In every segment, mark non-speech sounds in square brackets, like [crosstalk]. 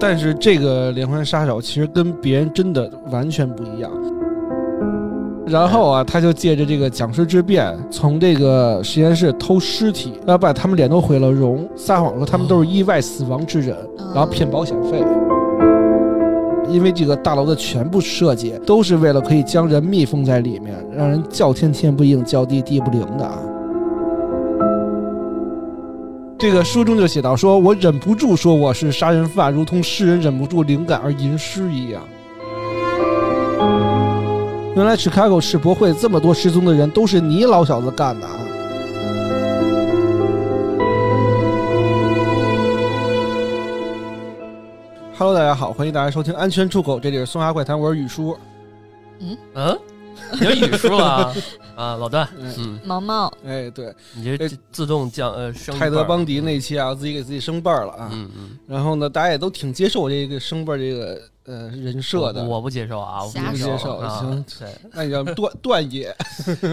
但是这个连环杀手其实跟别人真的完全不一样。然后啊，他就借着这个讲师之便，从这个实验室偷尸体，然后把他们脸都毁了容，撒谎说他们都是意外死亡之人，嗯然后骗保险费。因为这个大楼的全部设计都是为了可以将人密封在里面，让人叫天天不应，叫地地不灵的啊。这个书中就写到说，我忍不住说我是杀人犯，如同诗人忍不住灵感而吟诗一样。原来 Chicago 世博会这么多失踪的人都是你老小子干的啊！Hello，大家好，欢迎大家收听《安全出口》，这里是松花怪谈，我是雨叔。嗯，你有语数 [laughs] 了啊啊，老段，嗯嗯，毛毛，哎，对，你这哎自自动降呃升泰德辈儿，邦迪那期啊，自己给自己升辈儿了啊。嗯嗯，然后呢，大家也都挺接受我这个升辈儿这个呃人设的。我我不接受啊，我瞎接说受啊，行对那你叫段段爷，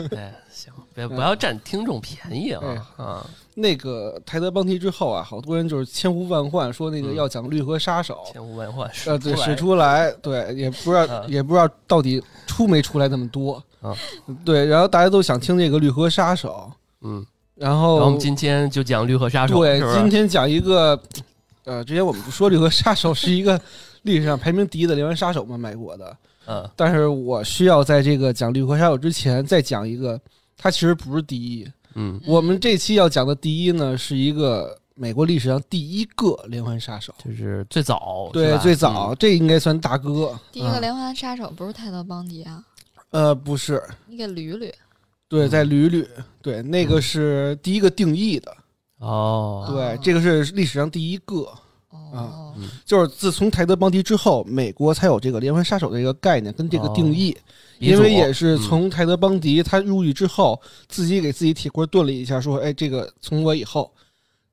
对，行，别不要占听众便宜哎啊啊，那个泰德邦迪之后啊，好多人就是千呼万唤说那个嗯要讲绿河杀手，千呼万唤始呃，对，使出来，对，也不知道、嗯也不知道到底出没出来那么多，啊对，然后大家都想听这个绿河杀手，嗯，然然后后我们今天就讲绿河杀手，哦对是不今是？天讲一个，呃，之前我们不说绿河杀手是一个历史上排名第一的连环杀手嘛，美国的，嗯，但是我需要在这个讲绿河杀手之前再讲一个，它其实不是第一，嗯，我们这期要讲的第一呢，是一个美国历史上第一个连环杀手，就是最早，哦是对，吧最早、嗯这应该算大哥。第一个嗯连环杀手不是泰德邦迪啊，呃，不是，你给捋捋。对，嗯在捋捋，对，那个是第一个定义的，哦，对哦，这个是历史上第一个，哦，嗯就是自从泰德邦迪之后，美国才有这个连环杀手的一个概念跟这个定义，鼻祖因为也是从泰德邦迪他入狱之后，自己给自己铁棍炖了一下，说，哎，这个从我以后，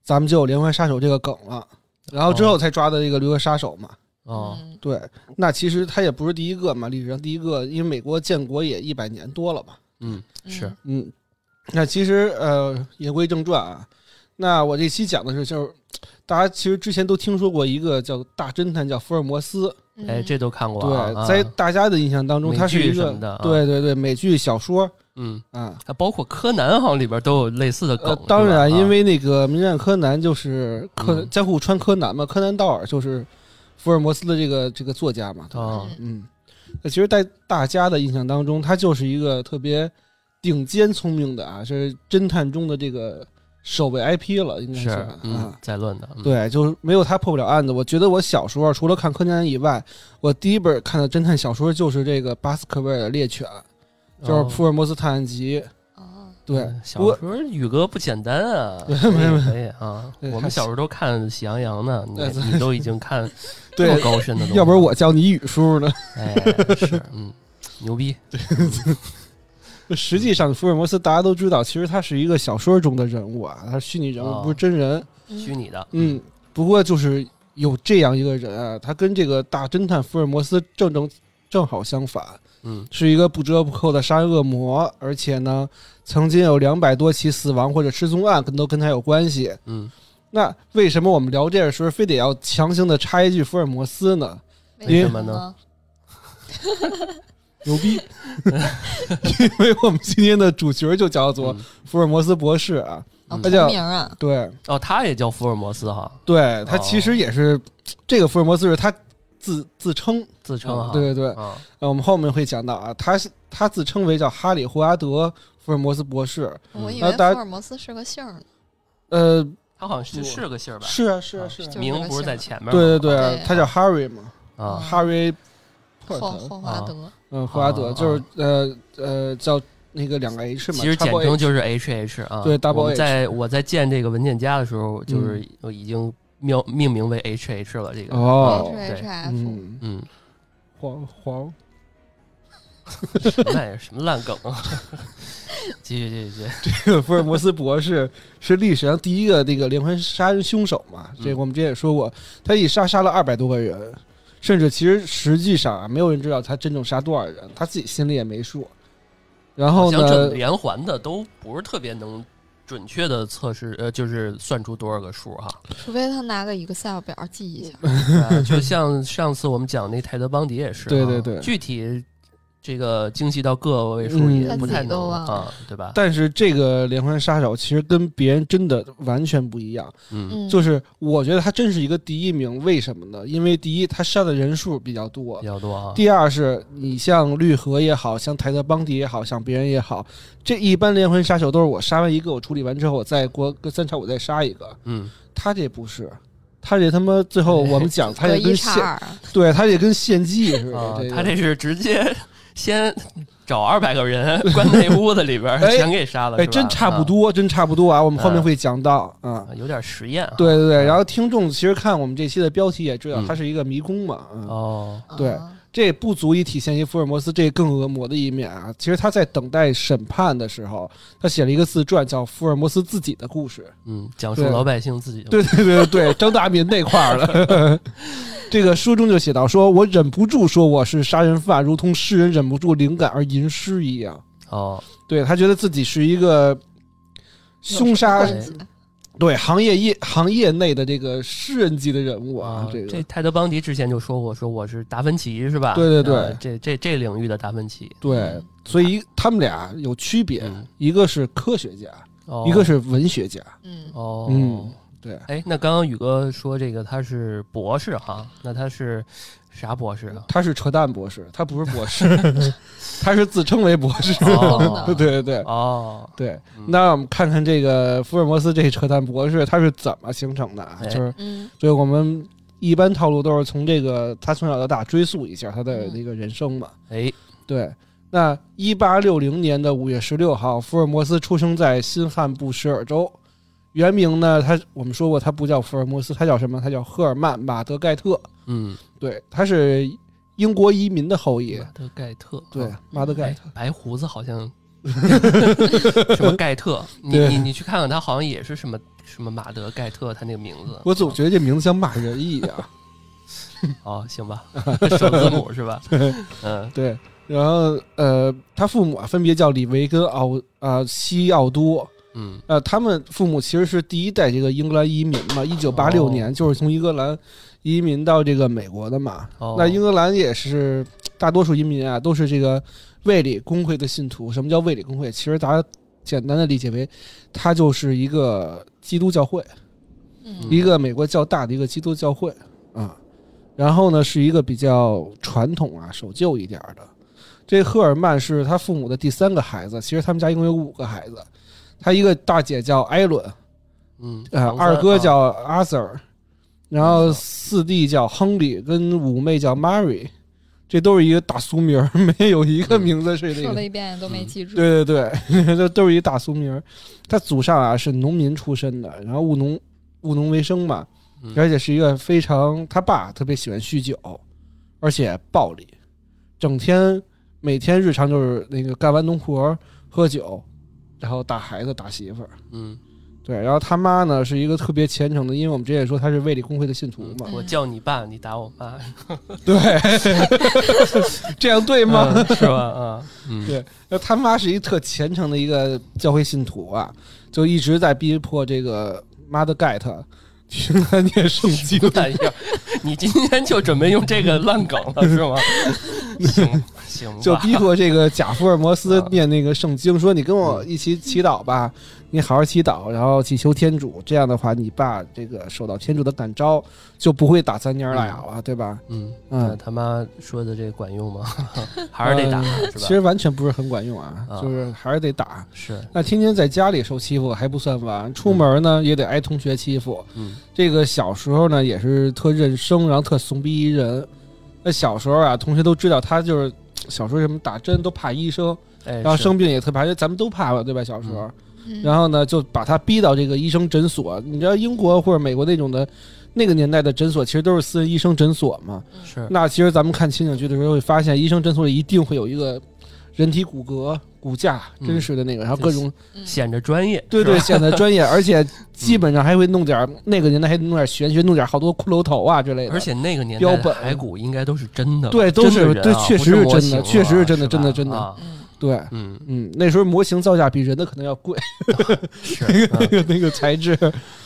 咱们就有连环杀手这个梗了，然后之后才抓的这个流血杀手嘛。哦，嗯对，那其实他也不是第一个嘛，历史上第一个，因为美国建国也一百年多了嘛。嗯，是嗯，嗯，那其实呃，言归正传啊，那我这期讲的是，就是大家其实之前都听说过一个叫大侦探叫福尔摩斯，嗯哎，这都看过啊，对，啊在大家的印象当中，美他是一剧什个么的啊对对对美剧小说嗯，啊。啊包括柯南好像里边都有类似的梗呃，，是当吧然，啊因为那个名侦探柯南就是柯嗯江户川柯南嘛，柯南道尔就是福尔摩斯的这个这个作家嘛，哦，嗯，那其实，在大家的印象当中，他就是一个特别顶尖聪明的啊，是侦探中的这个首位 IP 了，应该是算啊。嗯，在论的，嗯，对，就是没有他破不了案子。我觉得我小时候除了看柯南以外，我第一本看的侦探小说就是这个巴斯克维尔的《猎犬》，就是《哦福尔摩斯探案集》。哦，对，嗯小不过时候宇哥不简单 [laughs] 啊，对可以没有没有可以啊，对我还们小时候都看《喜羊羊》呢，对对你你都已经看这么对，高深的东 [laughs] 西，要不然我教你语书呢。哎是嗯牛逼，实际上，福尔摩斯大家都知道，其实他是一个小说中的人物啊，他是虚拟人物，哦不是真人。嗯虚拟的，嗯，不过就是有这样一个人啊，他跟这个大侦探福尔摩斯正正正好相反，嗯是一个不折不扣的杀人恶魔，而且呢，曾经有两百多起死亡或者失踪案跟都跟他有关系。嗯，那为什么我们聊这个时候非得要强行的插一句福尔摩斯呢？为什什么呢？牛 [laughs] 逼！因为我们今天的主角就叫做嗯福尔摩斯博士啊，哦，那同叫名啊，对，哦，他也叫福尔摩斯哈，对他其实也是、这个福尔摩斯是他自自称，自称哈，嗯对对对，啊，呃，我们后面会讲到啊，他是他自称为叫哈里·霍华德·福尔摩斯博士。嗯我以那为大家福尔摩斯是个姓儿呢。呃，他好像是我是个姓儿吧，是啊，是啊，啊是啊就，是名不是在前面吗，对对嗯对对嗯啊，他叫 Harry 嘛啊， ，Harry 霍 Potter，霍华德，嗯，霍华德啊就是呃呃叫那个两个 H 嘛，其实简 double 称 H 就是 H H 啊，对，double 我们 H 嗯在我在建这个文件夹的时候，就是我已经命命名为 H H 了，这个，哦，对 H H F，嗯，嗯，黄黄 [laughs] 什么玩意儿，什么烂梗 [laughs] 啊，继续继续继续，这个福尔摩斯博士是历史上第一个那个连环杀人凶手嘛，嗯这个我们之前也说过，他一杀杀了二百多个人，甚至其实实际上啊，没有人知道他真正杀多少人，他自己心里也没数。然后好像整呢个，连环的都不是特别能准确的测试，呃，就是算出多少个 [laughs] 数哈。除非他拿个 Excel 表记一下。呃就像上次我们讲那泰德邦迪也是啊，对对对具体这个精细到个位数嗯也不太他自己都能忘了啊，对吧？但是这个连环杀手其实跟别人真的完全不一样，嗯，嗯，就是我觉得他真是一个第一名，为什么呢？因为第一，他杀的人数比较多比；较多啊。第二是你像绿河也好像泰德邦迪也好像别人也好，这一般连环杀手都是我杀完一个，我处理完之后，我再过个三场我再杀一个，嗯，他这不是。他这他妈最后我们 [laughs] 讲，他隔这一啊跟差献，二，对他这跟献祭似啊的，这，他个这是直接 [laughs] 先找二百个人关那屋子里边儿， [laughs] 哎全给杀了，哎是吧真差不，多，真差不多啊，我们后面会讲到啊啊。有点实验啊。对对对，嗯然后听众其实看我们这期的标题也知道，嗯它是一个迷宫嘛，嗯哦，对啊这不足以体现一福尔摩斯这更恶魔的一面啊。其实他在等待审判的时候，他写了一个自传，叫《福尔摩斯自己的故事嗯，讲述对老百姓自己》。对对对对，张大民那块儿了。 [laughs] 这个书中就写到说，我忍不住说我是杀人犯，如同诗人忍不住灵感而吟诗一样。哦，对他觉得自己是一个凶杀有什么混子对行业业行业内的这个诗人级的人物啊啊，，这个这泰德邦迪之前就说过，说我是达芬奇是吧？对对对啊这这这领域的达芬奇，对，所以他们俩有区别，嗯，一个是科学家，哦一个是文学家。嗯，哦，嗯，对，哎，那刚刚宇哥说这个他是博士哈，那他是啥博士啊？他是扯淡博士，他不是博士， [laughs] 他是自称为博士。对哦，对对 [laughs] 哦，对嗯，那我们看看这个福尔摩斯这扯淡博士他是怎么形成的啊？哎就是，嗯所以我们一般套路都是从这个他从小到大追溯一下他的那个人生嘛。哎，对，那一八六零年的五月十六号，福尔摩斯出生在新罕布什尔州。原名呢，他我们说过，他不叫福尔摩斯，他叫什么？他叫赫尔曼·马德盖特。嗯，对，他是英国移民的后裔。马德盖特，对啊，马德盖哎特。，白胡 [laughs] 子好像什么盖特，你对你你去看看，他好像也是什么什么马德盖特，他那个名字。我总觉得这名字像骂人一 [laughs] 样。哦，[laughs] 行吧，首字母是吧？嗯，对，然后呃，他父母啊分别叫李维跟奥啊、西奥多。嗯，呃，他们父母其实是第一代这个英格兰移民嘛，一九八六哦年就是从英格兰移民到这个美国的嘛。哦，那英格兰也是大多数移民啊，都是这个卫理公会的信徒。什么叫卫理公会？其实大家简单的理解为，它就是一个基督教会，嗯一个美国较大的一个基督教会啊。然后呢，是一个比较传统啊、守旧一点儿的。这赫尔曼是他父母的第三个孩子，其实他们家一共有五个孩子。他一个大姐叫艾伦，嗯，呃，唐三二哥啊叫阿 Sir，然后四弟叫亨利，跟五妹叫 Mary，这都是一个大俗名儿，没有一个名字是这说了个。一遍都没记住。对对对， [laughs] 这都是一大俗名儿。他祖上啊是农民出身的，然后务农务农为生嘛，嗯而且是一个非常他爸特别喜欢酗酒，而且暴力，整天每天日常就是那个干完农活儿喝酒，然后打孩子打媳妇儿。嗯，对，然后他妈呢是一个特别虔诚的，因为我们之前也说他是卫理公会的信徒嘛。嗯我叫你爸，你打我妈， [laughs] 对， [laughs] 这样对吗？嗯 [laughs] 是吧？啊，嗯，对那他妈是一特虔诚的一个教会信徒啊，就一直在逼迫这个妈的盖特听他念圣经。哎呀，你今天就准备用这个烂梗了是 [laughs] 吗？行行吧， [laughs] 就逼迫这个假福尔摩啊斯念那个圣经，说你跟嗯我一起祈祷吧，你好好祈祷，然后祈求天主。这样的话，你爸这个受到天主的感召，就不会打三蔫儿俩了，对吧？嗯，嗯那他妈说的这管 [laughs] 用吗？还是得打是呃其吧？实完全不是很管用啊，啊就是 [laughs] 还是得打。是，那天天在家里受欺负还不算完，出门呢也得挨同学欺负。嗯这个小时候呢也是特认生，然后特怂逼人。那小时候啊，同学都知道他就是小时候什么打针都怕医生，哎，然后是生病也特怕，咱们都怕吧，对吧？小时候，嗯，然后呢就把他逼到这个医生诊所。你知道英国或者美国那种的，那个年代的诊所其实都是私人医生诊所嘛。是那其实咱们看情景剧的时候会哎发现，医生诊所里一定会有一个人体骨骼、骨架嗯真实的那个，然后这各种嗯显着专业，对对是吧，显得专业，而且基本上还会弄点儿那个年代还弄点儿玄学，弄点儿好多骷髅头啊之类的。而且那个年代标的本骸骨应该都是真的吧，对都是真的人啊对确实是不模真的型啊确实是真的吧真的真的啊嗯对，嗯，嗯，那时候模型造价比人的可能要贵， [laughs] 是，那嗯个那个材质。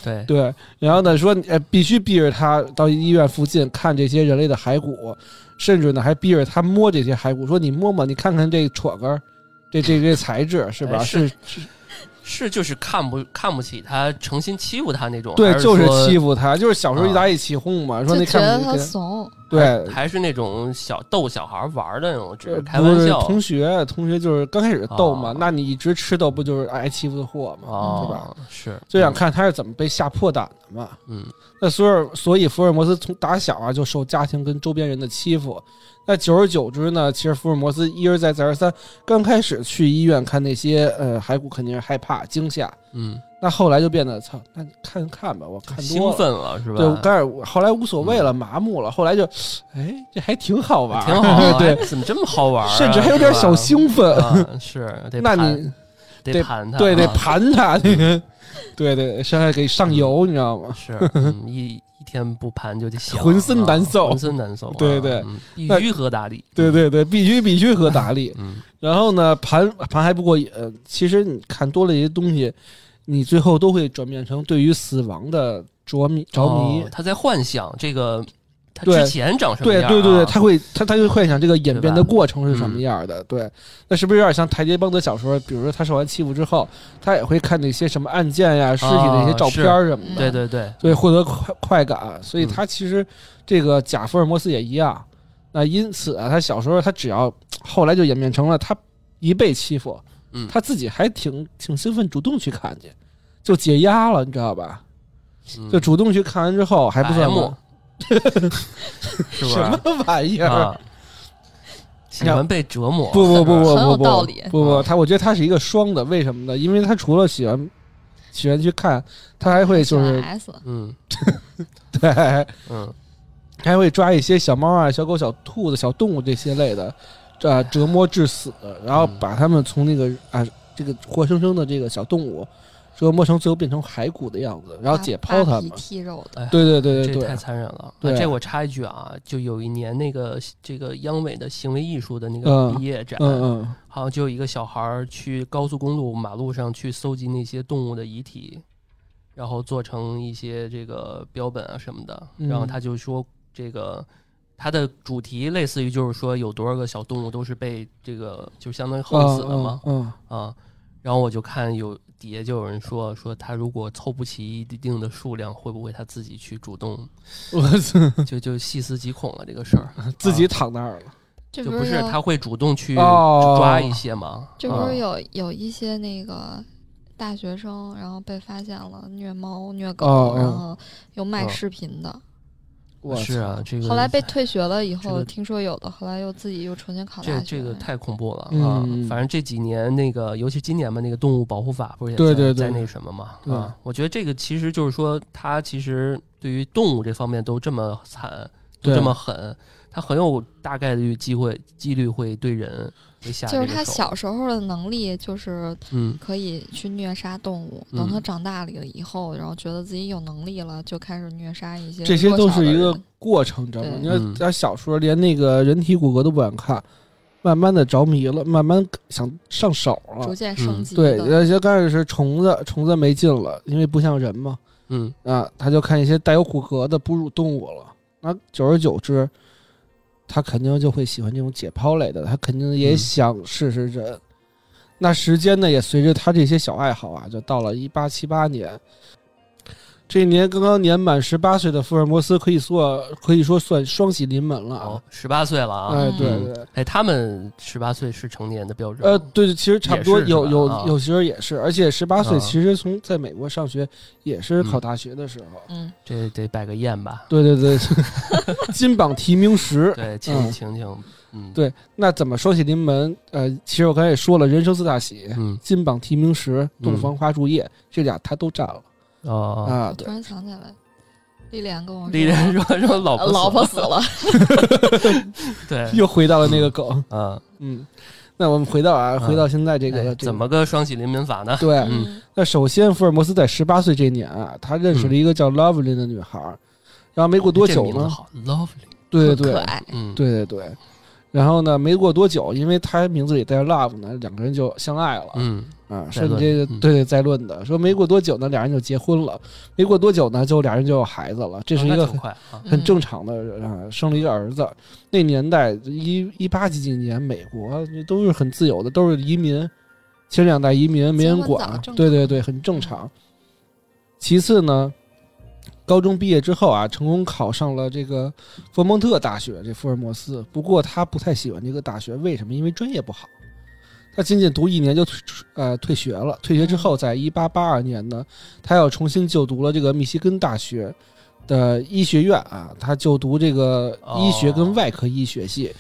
对，对，然后呢说，呃，必须逼着他到医院附近看这些人类的骸骨，甚至呢还逼着他摸这些骸骨，说你摸摸，你看看这戳根儿，这这这材 [laughs] 质是吧？哎是是是就是看不看不起他，诚心欺负他那种，对，就是欺负，负他，就是小时啊候一打一起哄嘛，说就那觉看得不他起怂，对，还是那种小逗小孩玩的那种，只呃是开不玩是笑同学，同学就是刚开始逗嘛，哦那你一直吃逗，不就是挨欺负的货嘛，对吧？哦，是就想看他是怎么被吓破胆的嘛。嗯那所以所以福尔摩斯从打小啊就受家庭跟周边人的欺负。那久而久之呢，其实福尔摩斯一而再再而三，刚开始去医院看那些呃骸骨肯定是害怕惊吓，嗯，那后来就变得操，那你看看吧，我看多兴了。奋了是吧？嗯对，但是后来无所谓了，麻木了。后来就，哎，这还挺好玩儿，，挺好 [laughs] 啊对哎，怎么这么好玩啊？甚至还有点是吧小兴奋。 [laughs] 啊，是得那盘你得得盘他，对得啊盘他， [laughs] 那个，对对，伤害给上游，你知道吗？ [laughs] 是嗯一一天不盘就得想，浑身难受啊浑身难受啊，对对嗯，必那须喝大力，对对对，必须必须和达利。嗯，然后呢，盘盘还不过瘾。其实你看多了一些东西，你最后都会转变成对于死亡的着迷着迷。哦他在幻想这个他对之前长什么对样啊，对对对，他会他他就幻想这个演变的对吧嗯过程是什么样的。对，那是不是有点像台阶帮的小时候？比如说他受完欺负之后，他也会看那些什么案件呀、尸体的哦一些照片儿什么的，嗯对对对，所以获得快嗯快感。所以他其实这个假福尔摩斯也一样。那因此啊，他小时候他只要后来就演变成了他一被欺负，嗯他自己还挺挺兴奋，主动去看去，就解压了，你知道吧？嗯就主动去看完之后还不算 M 吗？ [laughs] 是不什是么玩意儿？啊？喜欢被折磨，不不不是吧不很不有道不理不不，他我觉得他是一个双的，为什么呢？因为他除了喜欢喜欢去看，他还会就喜欢是 S，嗯对， [laughs] 嗯，还会抓一些小猫啊、小狗、小兔子、小动物这些类的，呃，折磨致死，然嗯后把它们从那个啊这个活生生的这个小动物折磨成最后变成骸骨的样子，然后扒解剖它扒皮们。剔肉的，对对对对这太对，残忍了。对啊这我插一句啊，就有一年那个这个央美的行为艺术的那个嗯毕业展，嗯嗯，好像就有一个小孩儿去高速公路马路上去搜集那些动物的遗体，然后做成一些这个标本啊什么的。嗯然后他就说，这个它的主题类似于就是说有多少个小动物都是被这个就相当于嗯横死的嘛 [laughs] 嗯啊。然后我就看有底下就有人说说他如果凑不齐一定的数量，会不会他自己去主动 [laughs] 嗯，我操就就细思极恐了啊这个事儿。自己躺那儿了。这就不不是有他会主动去哦抓一些吗？这不啊是有有一些那个大学生，然后被发现了虐猫虐哦狗，哦然后有卖哦视频的，我操是啊，，这个后来被退学了以这后，个听说有的后来又自己又重新考这大学这个了。太恐怖了啊！嗯反正这几年那个，尤其今年吧，那个动物保护法不是也在对对对在那什么嘛对啊？我觉得这个其实就是说，它其实对于动物这方面都这么惨，都对这么狠，它很有大概率机会几率会对人会下就是这个他手小时候的能力，就是嗯可以去虐杀动物。嗯等他长大了以后，然后觉得自己有能力了，就开始虐杀一些这些都弱小的是一个人过程，知道吗？对你看嗯他小时候连那个人体骨骼都不敢看，慢慢的着迷了，慢慢想上手逐了。渐升级啊对，的。而且刚开始是虫子，虫子没劲了，因为不像人嘛。嗯，啊，他就看一些带有骨骼的哺乳动物了。那久而久之，他肯定就会喜欢这种解剖类的，他肯定也嗯想试试人。那时间呢，也随着他这些小爱好啊，就到了一八七八年。这一年刚刚年满十八岁的福尔摩斯，可以说可以说算双喜临门了啊好！，十八岁了啊！哎，对嗯对，哎，他们十八岁是成年的标准呃，吗，对，其实差不多也是有是吧啊有有时候也是，而且十八岁啊其实从在美国上学也是考嗯大学的时候，嗯，这得摆个宴吧？对对对， [laughs] 金榜题名时，对，请嗯请请，嗯，对，那怎么双喜临门？呃，其实我刚才也说了，人生四大喜：嗯金榜题名时、洞嗯房花烛夜，这俩他都占了哦，啊我。突然想起来，丽莲跟我李莲说，说说老婆呃老死了婆死了，对，又回到了那个梗，嗯，嗯。那我们回到啊，回到现在这个、哎这个怎么个双喜临门法呢？对？嗯那首先，福尔摩斯在十八岁这年啊，他认识了一个叫 Lovely 的女孩儿，然后没过多这久名字呢，好，lovely。对对特可对爱。嗯，对对对，然后呢，没过多久，因为他名字里带着 love 呢，两个人就相爱了。嗯，啊，再说你论这个嗯对对再论的，说没过多久呢，俩人就结婚了，没过多久呢，就俩人就有孩子了，这是一啊那个挺很快啊，很嗯正常的啊，生了一个儿子。那年代一一八几几年，美国都是很自由的，都是移民，前两代移民没人结婚早管正，常嗯对对对，很正常。其次呢，高中毕业之后啊，成功考上了这个佛蒙特大学，这福尔摩斯。不过他不太喜欢这个大学，为什么？因为专业不好。他仅仅读一年就退呃退学了。退学之嗯后，在一八八二年呢，他又重新就读了这个密西根大学的医学院啊，他就读这个哦医学跟外科医学系，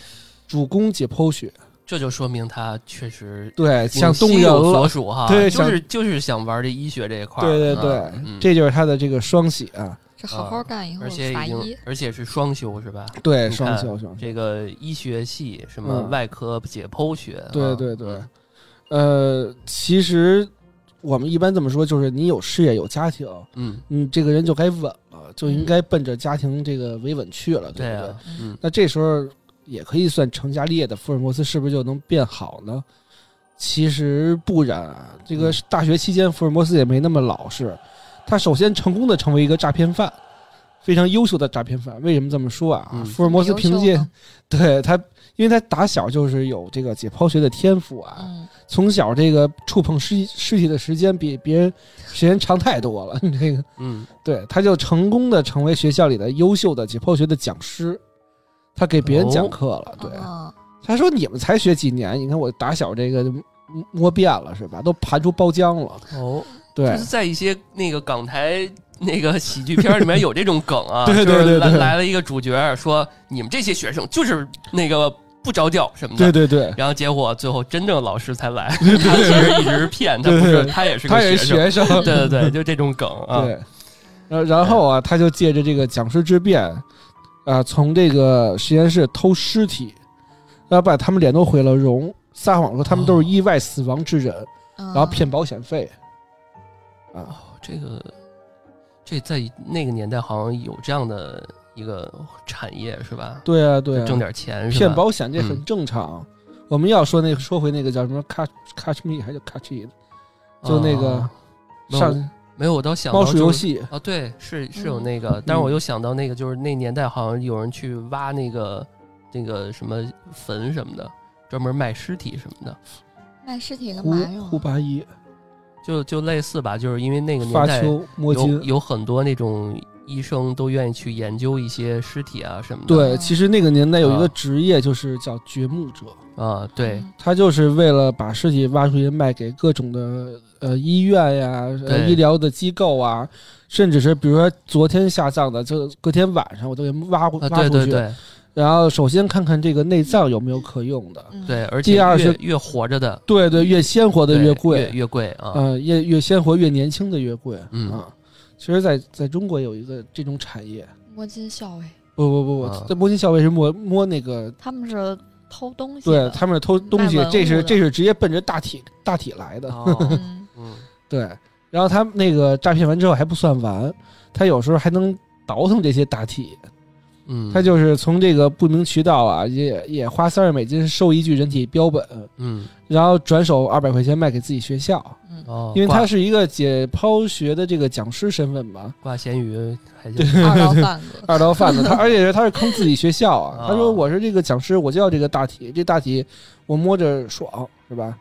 主攻解剖学。这就说明他确实对，想动心人有了所，属哈，对就想是就是想玩这医学这一块儿，对对啊对，嗯这就是他的这个双喜啊，这好好干以后而且法已经医，而且是双修是吧？对你双看喜双喜，这个医学系什么嗯外科解剖学，啊对对对嗯，呃，其实我们一般这么说，就是你有事业有家庭，嗯，嗯，这个人就该稳了，就应该奔着家庭这个维稳去了，对不对？啊，嗯那这时候也可以算成家立业的福尔摩斯是不是就能变好呢？其实不然啊，这个嗯大学期间福尔摩斯也没那么老实，他首先成功的成为一个诈骗犯，非常优秀的诈骗犯。为什么这么说啊？嗯福尔摩斯凭优秀借呢对他，因为他打小就是有这个解剖学的天赋啊，嗯，从小这个触碰尸尸体的时间比别人时间长太多了，你这个嗯，对，他就成功的成为学校里的优秀的解剖学的讲师，他给别人讲课了。对，啊他说你们才学几年，你看我打小这个就摸摸遍了是吧？都盘出包浆了。哦，就对是，在一些那个港台那个喜剧片里面有这种梗 [laughs] 啊，对对就是对来对来了一个主角说你们这些学生就是那个不着教什么的，对对对，然后结果最后真正老师才来， [laughs] 他其实一直是骗，他对不对是，对他也是他个也是生。学生。 [laughs] 对 [laughs] 对对，就这种梗啊。对，然后然后啊，他就借着这个讲师之便，啊，从这个实验室偷尸体，然后把他们脸都毁了容，撒谎说他们都是意外死亡之人，嗯然后骗保险费。哦，这个这在那个年代好像有这样的一个产业是吧？对啊，对啊，挣点钱是吧？嗯骗保险这很正常。我们要说那个说回那个叫什么 catch catch me 还是 catch it 就那个哦没有上没有，我倒想到猫鼠游就是。戏，哦，对，是是有那个，嗯但是我又想到那个，就是那年代好像有人去挖那个那个什么坟什么的，专门卖尸体什么的，卖尸体干胡嘛用胡啊？八一就就类似吧，就是因为那个年发代球摸有金。有很多那种医生都愿意去研究一些尸体啊什么嗯的。对，其实那个年代有一个职业就是叫掘墓者，啊，对，嗯他就是为了把尸体挖出去卖给各种的呃医院呀、呃、对医疗的机构啊，甚至是比如说昨天下葬的，就隔天晚上我都给挖啊，挖对出对去。对然后首先看看这个内脏有没有可用的，嗯对，而且第二越是越活着的对对，越鲜活的对越贵，越越贵啊。呃，越越鲜活、越年轻的越贵。嗯啊，其实在，在中国有一个这种产业，摸金校尉，不不不啊不，这摸金校尉是摸摸那个，他们是偷东西对啊的，他们是偷东西卖文，物这是的这是直接奔着大体大体来的， [laughs] 哦，嗯嗯，对。然后他们那个诈骗完之后还不算完，他有时候还能倒腾这些大体，嗯，他就是从这个不明渠道啊，也也花三十美金收一具人体标本，嗯然后转手二百块钱卖给自己学校，嗯 [laughs] 哦，因为挂他是一个解剖学的这个讲师身份嘛，挂咸鱼还行二道贩子 [laughs] ，二道贩子，他而且是他是坑自己学校啊啊。他说我是这个讲师，我就要这个大题，这大题我摸着爽，是吧？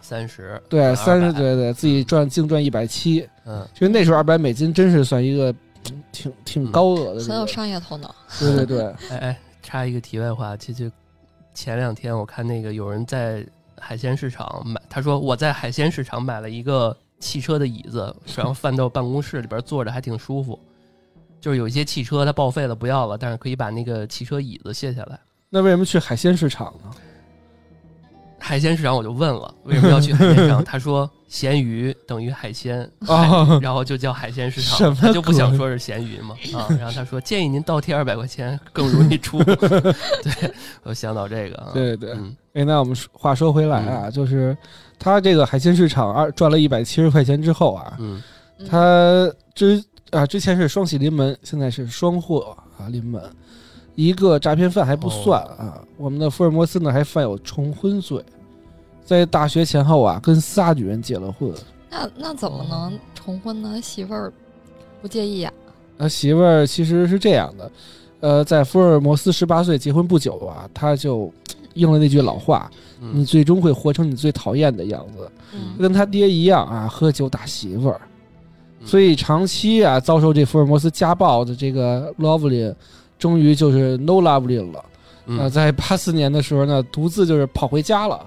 三十，对，三十， 200对对，自己赚净赚一百七，嗯，其实那时候二百美金真是算一个嗯挺挺高额的这很有个，商业头脑。对对对，哎哎，插一个题外话，其实前两天我看那个有人在海鲜市场买，他说我在海鲜市场买了一个汽车的椅子，然后放到办公室里边坐着还挺舒服。就是有一些汽车它报废了不要了，但是可以把那个汽车椅子卸下来。那为什么去海鲜市场 [laughs] 呢？海鲜市场我就问了，为什么要去海鲜市场？他说咸鱼等于海鲜， [laughs] [laughs] 啊，然后就叫海鲜市什场，么他就不鬼想说是咸鱼嘛啊。然后他说建议您倒贴二百块钱更容易出。 [laughs] 对，我想到这个啊，对对。嗯哎，那我们说话说回来啊，就是他这个海鲜市场二赚了一百七十块钱之后啊，嗯嗯他之啊之前是双喜临门，现在是双获啊临门。一个诈骗犯还不算啊，我们的福尔摩斯呢还犯有重婚罪，在大学前后啊跟仨女人结了婚，嗯那那怎么哦能重婚呢？媳妇儿不介意呀、啊他媳妇儿其实是这样的，呃，在福尔摩斯十八岁结婚不久啊，他就应了那句老话：“你嗯最终会活成你最讨厌的样子。”嗯跟他爹一样啊，喝酒打媳妇儿，嗯所以长期啊遭受这福尔摩斯家暴的这个 Lovelin，终于就是 No Lovelin 了。嗯呃，在八四年的时候呢，独自就是跑回家了，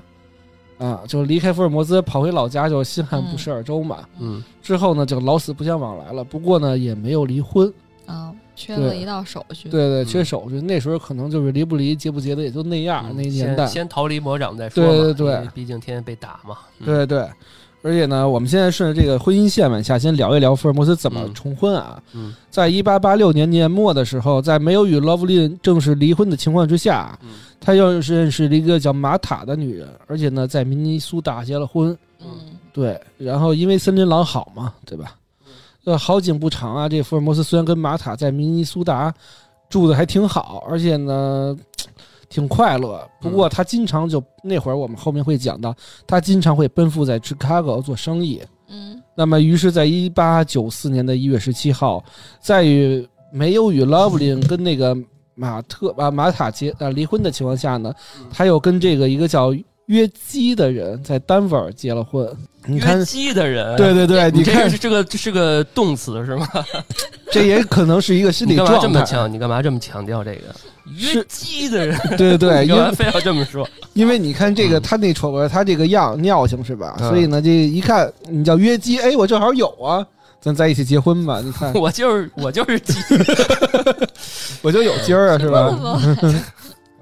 啊，就离开福尔摩斯跑回老家，就新罕布什尔州嘛。嗯之后呢，就老死不相往来了。不过呢，也没有离婚。啊，缺对了一道手续。对对，嗯缺手续，那时候可能就是离不离、结不结的也就那样，嗯那个年先代。先逃离魔掌再说嘛，对对对因为毕竟天天被打嘛。嗯，对对，而且呢，我们现在顺着这个婚姻线往下，先聊一聊福尔摩斯怎么嗯重婚啊。嗯在一八八六年年末的时候，在没有与罗弗林正式离婚的情况之下，嗯他又是认识了一个叫玛塔的女人，而且呢，在明尼苏达结了婚。嗯，对，然后因为森林狼好嘛，对吧？呃，好景不长啊，这福尔摩斯虽然跟玛塔在明尼苏达住的还挺好，而且呢，挺快乐。不过他经常就那会儿我们后面会讲到，他经常会奔赴在芝加哥做生意。嗯那么，于是，在一八九四年的一月十七号，在与没有与 Lovelin 跟那个马特啊马塔结啊离婚的情况下呢，他又跟这个一个叫约基的人在丹佛尔结了婚。你看约，基的人，对对对，你你这看个是这个这是个动词是吗？这也可能是一个心理你干嘛这状么态，强？你干嘛这么强调这个是约基的人？对对对，你因干嘛为非要这 [laughs] 么说？因为你看这个嗯他那丑闻，他这个样尿性是吧？嗯所以呢，这一看你叫约基，哎，我正好有啊，咱在一起结婚吧，你 [laughs] 看我就是我就是 [laughs] 基，我就有今儿啊，是吧？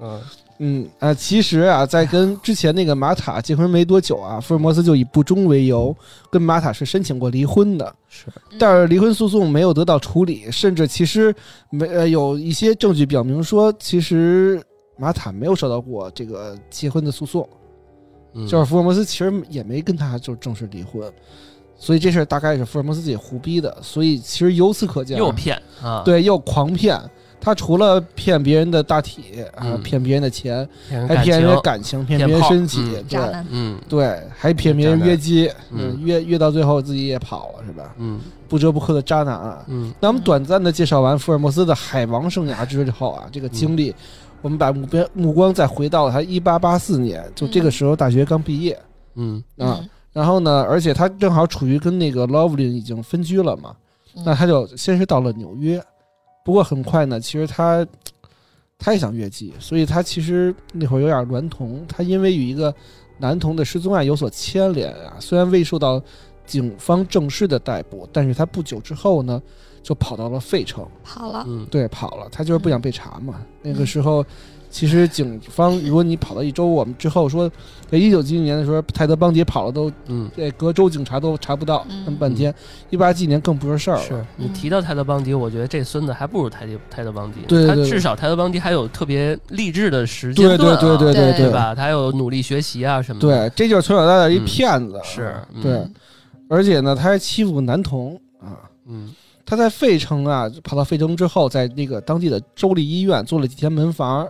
[laughs] 嗯嗯啊，其实啊，在跟之前那个玛塔结婚没多久嗯啊，福尔摩斯就以不忠为由跟玛塔是申请过离婚的，是但是离婚诉讼没有得到处理，甚至其实没呃有一些证据表明说，其实玛塔没有受到过这个结婚的诉讼，嗯就是福尔摩斯其实也没跟他就正式离婚，所以这事儿大概是福尔摩斯自己胡逼的，所以其实由此可见啊，又骗啊，对又狂骗，他除了骗别人的大体啊、嗯骗别人的钱。骗人还感骗情，人家感情，骗骗别人炮身体，嗯渣对啊男，嗯对，还骗别人渣男约基，嗯嗯，约约到最后自己也跑了，是吧？嗯不折不扣的渣男啊！嗯那我们短暂的介绍完福尔摩斯的海王生涯之后啊，这个经嗯历，我们把目标目光再回到了他一八八四年，就嗯这个时候大学刚毕业嗯啊。，然后呢，而且他正好处于跟那个 Lovelin 已经分居了嘛，嗯那他就先是到了纽约，不过很快呢，其实他他也想越级，所以他其实那会儿有点娈童，他因为与一个男童的失踪案有所牵连啊，虽然未受到警方正式的逮捕，但是他不久之后呢，就跑到了费城，跑了，嗯，对，跑了，他就是不想被查嘛。嗯那个时候，其实警方如果你跑到一周，我们之后说，在一九七零年的时候，泰德邦迪跑了都，嗯这隔州警察都查不到，嗯那么半天，一八几年更不是事儿了。是你提到泰德邦迪，我觉得这孙子还不如泰迪泰德邦迪，对对他对至少泰德邦迪还有特别励志的时间对对段啊，对对对对对吧？他还有努力学习啊什么的，对，这就是从小到大的一嗯骗子。是嗯对，而且呢，他还欺负男童啊。嗯他在费城啊，跑到费城之后，在那个当地的州立医院做了几天门房，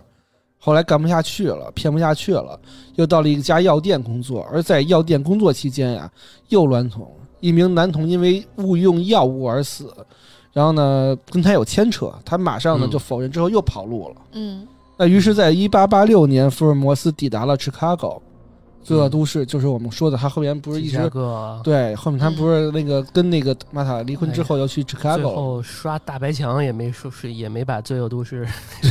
后来干不下去了，骗不下去了，又到了一家药店工作。而在药店工作期间呀、又娈童，一名男童因为误用药物而死，然后呢，跟他有牵扯，他马上呢嗯就否认，之后又跑路了。嗯那于是，在一八八六年，福尔摩斯抵达了 Chicago，罪恶都市，就是我们说的，他后面不是一芝直加哥啊对，后面他不是那个跟那个玛塔离婚之后要去哎最 Chicago，了、后刷大白墙也没说是也没把罪恶都市， [laughs]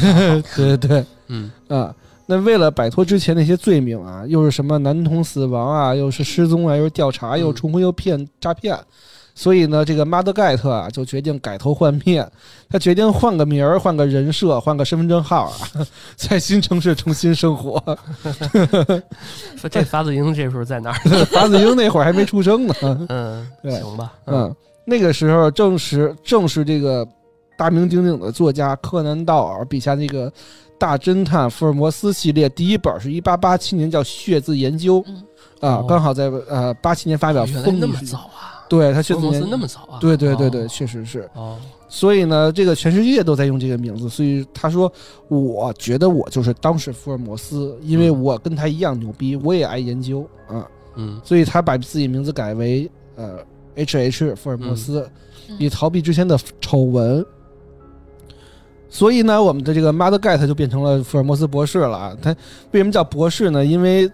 对对对，嗯啊、那为了摆脱之前那些罪名啊，又是什么男童死亡啊，又是失踪啊，又是调查，嗯又重婚又骗诈骗，所以呢，这个马德盖特啊就决定改头换面，他决定换个名儿，换个人设，换个身份证号啊， [laughs] 在新城市重新生活。说这法子英这时候在哪儿？法子英那会儿还没出生呢。 [laughs] 嗯， [laughs] 对行吧，嗯，那个时候正是正是这个大名鼎鼎的作家柯南道尔笔下那个大侦探福尔摩斯系列第一本是一八八七年叫《血字研究》嗯啊哦，刚好在呃八七年发表嗯原来风那靡么世界，早啊，对他血福字摩斯研那么早啊，对对对对，哦确实是。哦，所以呢，这个全世界都在用这个名字。所以他说，我觉得我就是当时福尔摩斯，因为嗯我跟他一样牛逼，我也爱研究啊，嗯所以他把自己名字改为呃 H H 福尔摩斯，嗯以逃避之前的丑闻。所以呢，我们的这个 Mother Get 就变成了福尔摩斯博士了啊。他为什么叫博士呢？因为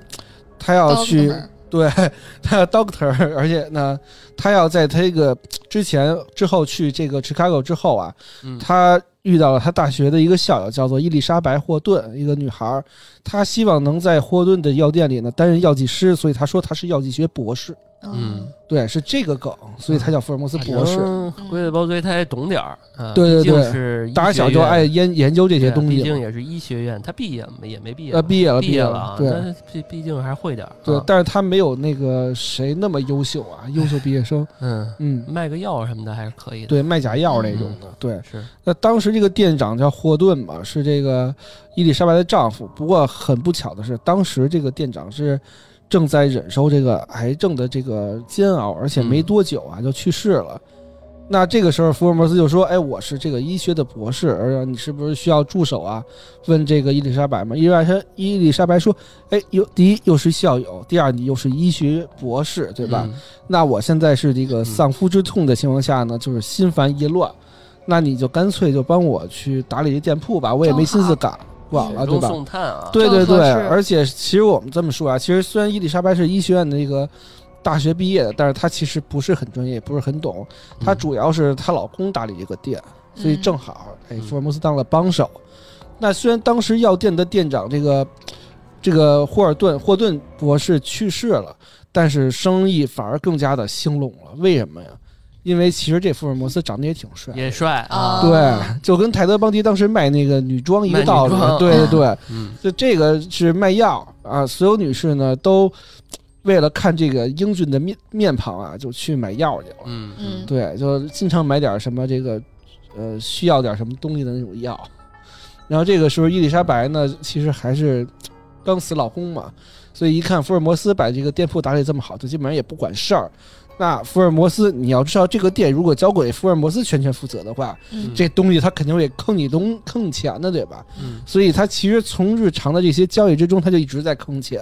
他要去 Doctor 对， [laughs] 他要 doctor，而且呢，他要在他这个之前之后去这个 Chicago 之后啊，嗯，他遇到了他大学的一个校友，叫做伊丽莎白·霍顿，一个女孩儿。她希望能在霍顿的药店里呢担任药剂师，所以她说她是药剂学博士。嗯，对，是这个梗，所以她叫福尔摩斯博士。嗯龟了包堆，他还懂点儿，啊对对毕竟对是医打小学就院爱研研究这些对东毕西竟嘛，也是医学院，他毕业没也没毕业呃，嘛，毕业了，毕业了，对但是毕毕竟还是会点儿，对啊，但是她没有那个谁那么优秀啊，优秀毕业生，嗯，嗯，卖个药什么的还是可以的，嗯对，卖假药那种的，对。是，那当时这个店长叫霍顿嘛，是这个伊丽莎白的丈夫。不过很不巧的是，当时这个店长是正在忍受这个癌症的这个煎熬，而且没多久啊、就去世了。那这个时候，福尔摩斯就说：“哎，我是这个医学的博士，而你是不是需要助手啊？”问这个伊丽莎白嘛。伊丽莎白伊丽莎白说：“哎，有第一又是校友，第二你又是医学博士，对吧？嗯？那我现在是这个嗯丧夫之痛的情况下呢，就是心烦意乱，那你就干脆就帮我去打理这店铺吧，我也没心思搞搞了，对雪中吧？送炭啊，对对正合对，适而且其实我们这么说啊，其实虽然伊丽莎白是医学院的那个大学毕业的，但是她其实不是很专业，也不是很懂，她嗯主要是她老公打理这个店，所以正好，哎，嗯福尔摩斯当了帮手。那虽然当时药店的店长这个这个霍尔顿霍顿博士去世了，但是生意反而更加的兴隆了。为什么呀？因为其实这福尔摩斯长得也挺帅，也帅啊对，就跟泰德邦迪当时卖那个女装一卖个女道理装。对对对，嗯就这个是卖药啊，所有女士呢都为了看这个英俊的面面庞啊，就去买药去了。嗯嗯对，就经常买点什么这个，呃，需要点什么东西的那种药。然后这个时候，伊丽莎白呢，其实还是刚死老公嘛，所以一看福尔摩斯把这个店铺打理这么好，就基本上也不管事儿。那福尔摩斯，你要知道，这个店如果交给福尔摩斯全权负责的话，嗯这东西他肯定会坑你东坑你钱的，对吧？嗯所以他其实从日常的这些交易之中，他就一直在坑钱，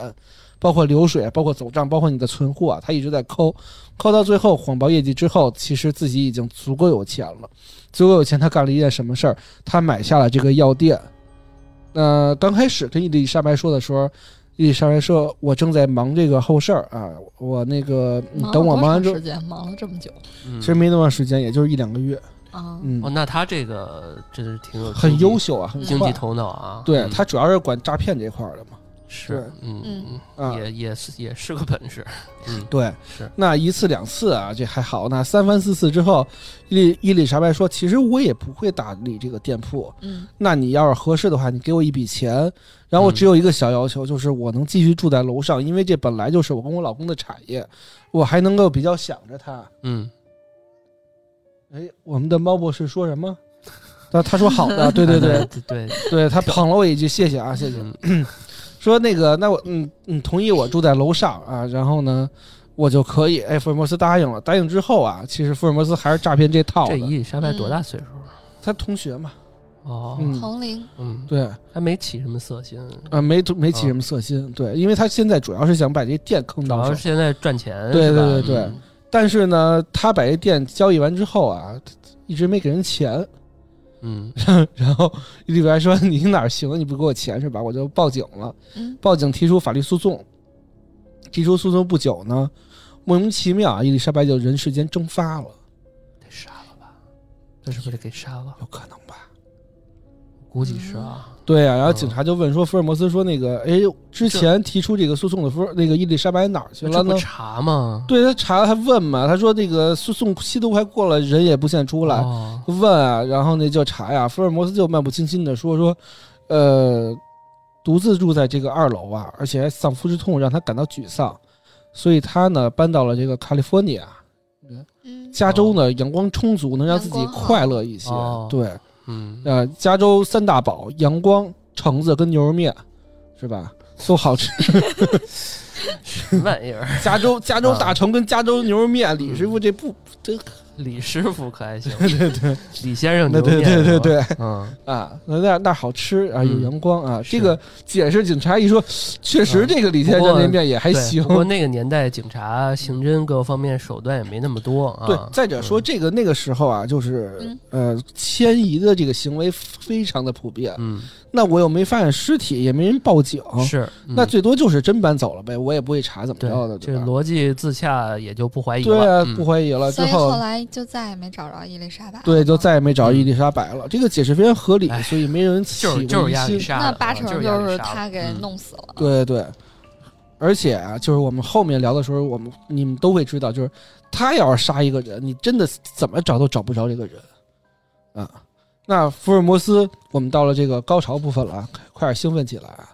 包括流水，包括走账，包括你的存货，他一直在抠，抠到最后谎报业绩之后，其实自己已经足够有钱了，足够有钱。他干了一件什么事儿？他买下了这个药店。呃，刚开始跟伊丽莎白说的时候，伊丽莎白说：“我正在忙这个后事儿啊，我那个你等我忙完之后多长时，间忙了这么久嗯其实没那么长时间，也就是一两个月。啊，嗯，哦，那他这个真是挺有很经济优秀啊，很经快济头脑啊，对嗯他主要是管诈骗这块儿的嘛。是嗯啊也也是也是个本事，嗯对，是那一次两次啊，这还好。那三番四次之后，伊丽伊丽莎白说：“其实我也不会打理这个店铺。嗯那你要是合适的话，你给我一笔钱。然后我只有一个小要求，就是我能继续住在楼上，因为这本来就是我跟我老公的产业，我还能够比较想着他。嗯哎，我们的猫博士说什么？他他说好的，对对对，对对， [laughs] 对他捧了我一句，谢谢啊，谢谢。嗯 [clears throat] 说那个，那我嗯嗯同意我住在楼上啊，然后呢，我就可以。哎，福尔摩斯答应了，答应之后啊，其实福尔摩斯还是诈骗这套这的。伊丽莎白多大岁数了？他同学嘛，哦，嗯同龄嗯，对，还没起什么色心，啊，没没起什么色心，对，因为他现在主要是想把这店坑主到要手是，现在赚钱，对是吧对对对嗯但是呢，他把这店交易完之后啊，一直没给人钱。嗯然后伊丽莎白说：“ [laughs] 你哪儿行？你不给我钱是吧？我就报警了。”嗯报警提出法律诉讼。提出诉讼不久呢，莫名其妙啊，伊丽莎白就人世间蒸发了，得杀了吧？这是不是得给杀了？有可能吧？估计是啊，对啊，然后嗯警察就问说，福尔摩斯说那个，哎，之前提出这个诉讼的福尔那个伊丽莎白哪儿去了这呢不？查吗？对他查他问嘛，他说那个诉讼期都快过了，人也不见出来，哦问啊，然后那就查呀。福尔摩斯就漫不经心的说说，呃，独自住在这个二楼啊，而且还丧夫之痛让他感到沮丧，所以他呢搬到了这个卡利福尼亚。嗯加州呢，阳光充足，能让自己阳光好快乐一些。哦对，嗯，呃，加州三大宝：阳光、橙子跟牛肉面，是吧？都好吃。 [laughs] 什么玩意儿？啊加州加州大橙跟加州牛肉面，李嗯 [laughs] 师傅这不这李师傅可还行， [laughs] 对对李先生对牛对对对面是吧，对嗯，啊，那那那好吃啊，有嗯阳光啊。是这个解释，警察一说，确实嗯这个李先不生过那面也还对行不。过那个年代警察刑侦各方面手段也没那么多啊。对，再者说嗯，这个那个时候啊，就是嗯呃，迁移的这个行为非常的普遍。那我又没发现尸体，也没人报警，嗯，是，哦那嗯最多就是真搬走了呗，我也不会查怎么着的，对，这吧？逻辑自洽也就不怀疑了。对啊，嗯不怀疑了之所以后后，来就再也没找着伊丽莎白了吗。对，就再也没找嗯伊丽莎白了。这个解释非常合理哎，所以没人起就过是就是亚疑里心。莎的啊，那八成亚就里是莎他的给嗯弄死了。对对，而且啊，就是我们后面聊的时候，我们你们都会知道，就是他要是杀一个人，你真的怎么找都找不着这个人啊。那福尔摩斯，我们到了这个高潮部分了啊，快快点兴奋起来啊！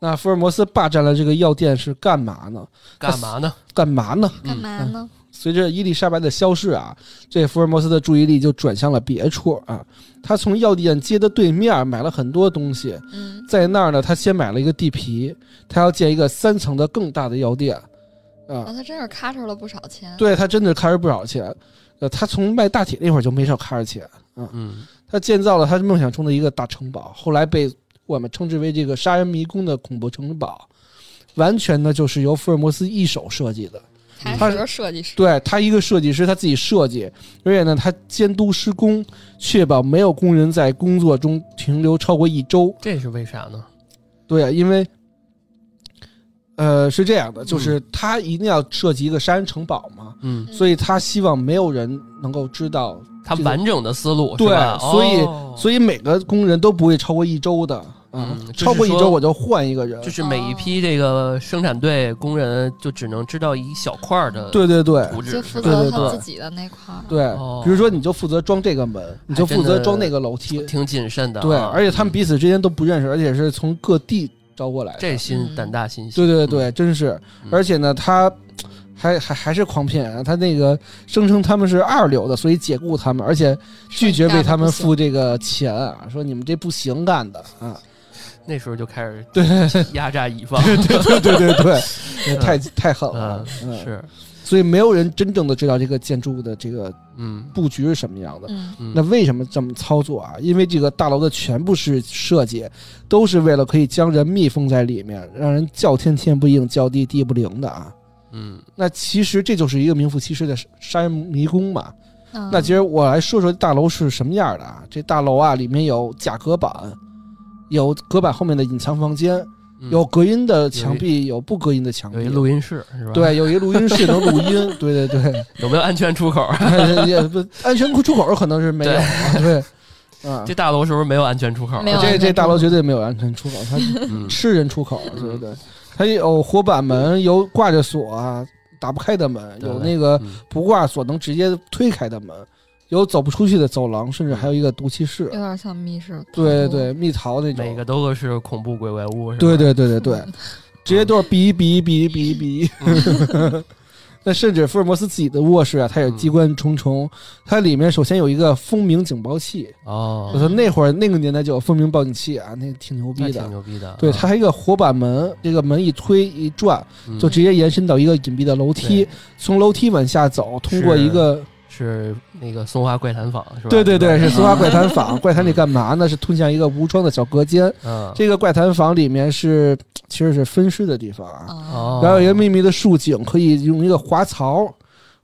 那福尔摩斯霸占了这个药店是干嘛呢？干嘛呢？干嘛呢？ [laughs] 干嗯嘛呢？随着伊丽莎白的消逝啊，这福尔摩斯的注意力就转向了别处啊。他从药店街的对面买了很多东西，嗯，在那儿呢，他先买了一个地皮，他要建一个三层的更大的药店啊哦，。他真是咔嚓了不少钱。，对他真的开始不少钱，呃，他从卖大铁那会儿就没少开着钱。嗯，他建造了他梦想中的一个大城堡，后来被我们称之为这个杀人迷宫的恐怖城堡，完全呢就是由福尔摩斯一手设计的。还嗯他是个设计师。对他一个设计师，他自己设计，而且呢，他监督施工，确保没有工人在工作中停留超过一周。这是为啥呢？嗯对，因为，呃，是这样的，就是他一定要设计一个杀人城堡嘛，嗯，所以他希望没有人能够知道，他这个完整的思路对是吧？所以哦所以每个工人都不会超过一周的啊嗯，就是超过一说周我就换一个人就。是每一批这个生产队工人就只能知道一小块儿的对对对图纸就是负吧，嗯对对责对他自己的那块儿。对哦，哎比如说你就负责装这个门，你就负责装那个楼梯，挺谨慎的啊。对，而且他们比彼此之间都不认识，而且是从各地招过来的。这心嗯胆大心细，对对嗯对，真是嗯，而且呢，他还还还是狂骗啊，他那个声称他们是二流的，所以解雇他们，而且拒绝为他们付这个钱啊，说你们这不行干的啊， [laughs] 那时候就开始对压榨乙方，对对对 [laughs] 对，也太太狠了嗯，，嗯，是，所以没有人真正的知道这个建筑物的这个嗯布局是什么样的。嗯，嗯，那为什么这么操作啊？因为这个大楼的全部是设计，都是为了可以将人密封在里面，让人叫天天不应，叫地地不灵的啊。嗯那其实这就是一个名副其实的杀人迷宫嘛。嗯那其实我来说说大楼是什么样的啊？这大楼啊，里面有假隔板，有隔板后面的隐藏房间，嗯有隔音的墙壁，有不隔音的墙有壁一。录音室是吧？，对，有一录音室能录音。对对对 [laughs] 有没有安全出口？对，也不安全出口可能是没有啊。对，啊这，大楼是不是没有安全出口？啊没有这安全这出大口楼绝对没有安全出口，它 [laughs] 嗯吃人出口，对不对？它有活板门，有挂着锁啊，打不开的门，有那个嗯不挂锁能直接推开的门，有走不出去的走廊，甚至还有一个毒气室有。点像密室。对对，对，蜜桃那每种个。都是恐怖鬼怪屋，是吧对，对对对对，直接都是哔哔哔哔哔。 [laughs] 那甚至福尔摩斯自己的卧室啊，它也机关重重。它里面首先有一个蜂鸣警报器，哦我，说那会儿那个年代就有蜂鸣报警器啊，那挺牛那逼挺的。牛逼的，对，啊它还有一个活板门，这个门一推一转，嗯就直接延伸到一个隐蔽的楼梯对，从楼梯往下走，通过是一个是那个松花怪谈坊是吧？对对对，里边是儿 [laughs] 苏花怪谈坊。怪谈里干嘛呢？是通向一个无窗的小隔间。嗯这个怪谈房里面是其实是分尸的地方啊，哦，哦，然后有一个秘密的竖井，可以用一个滑槽，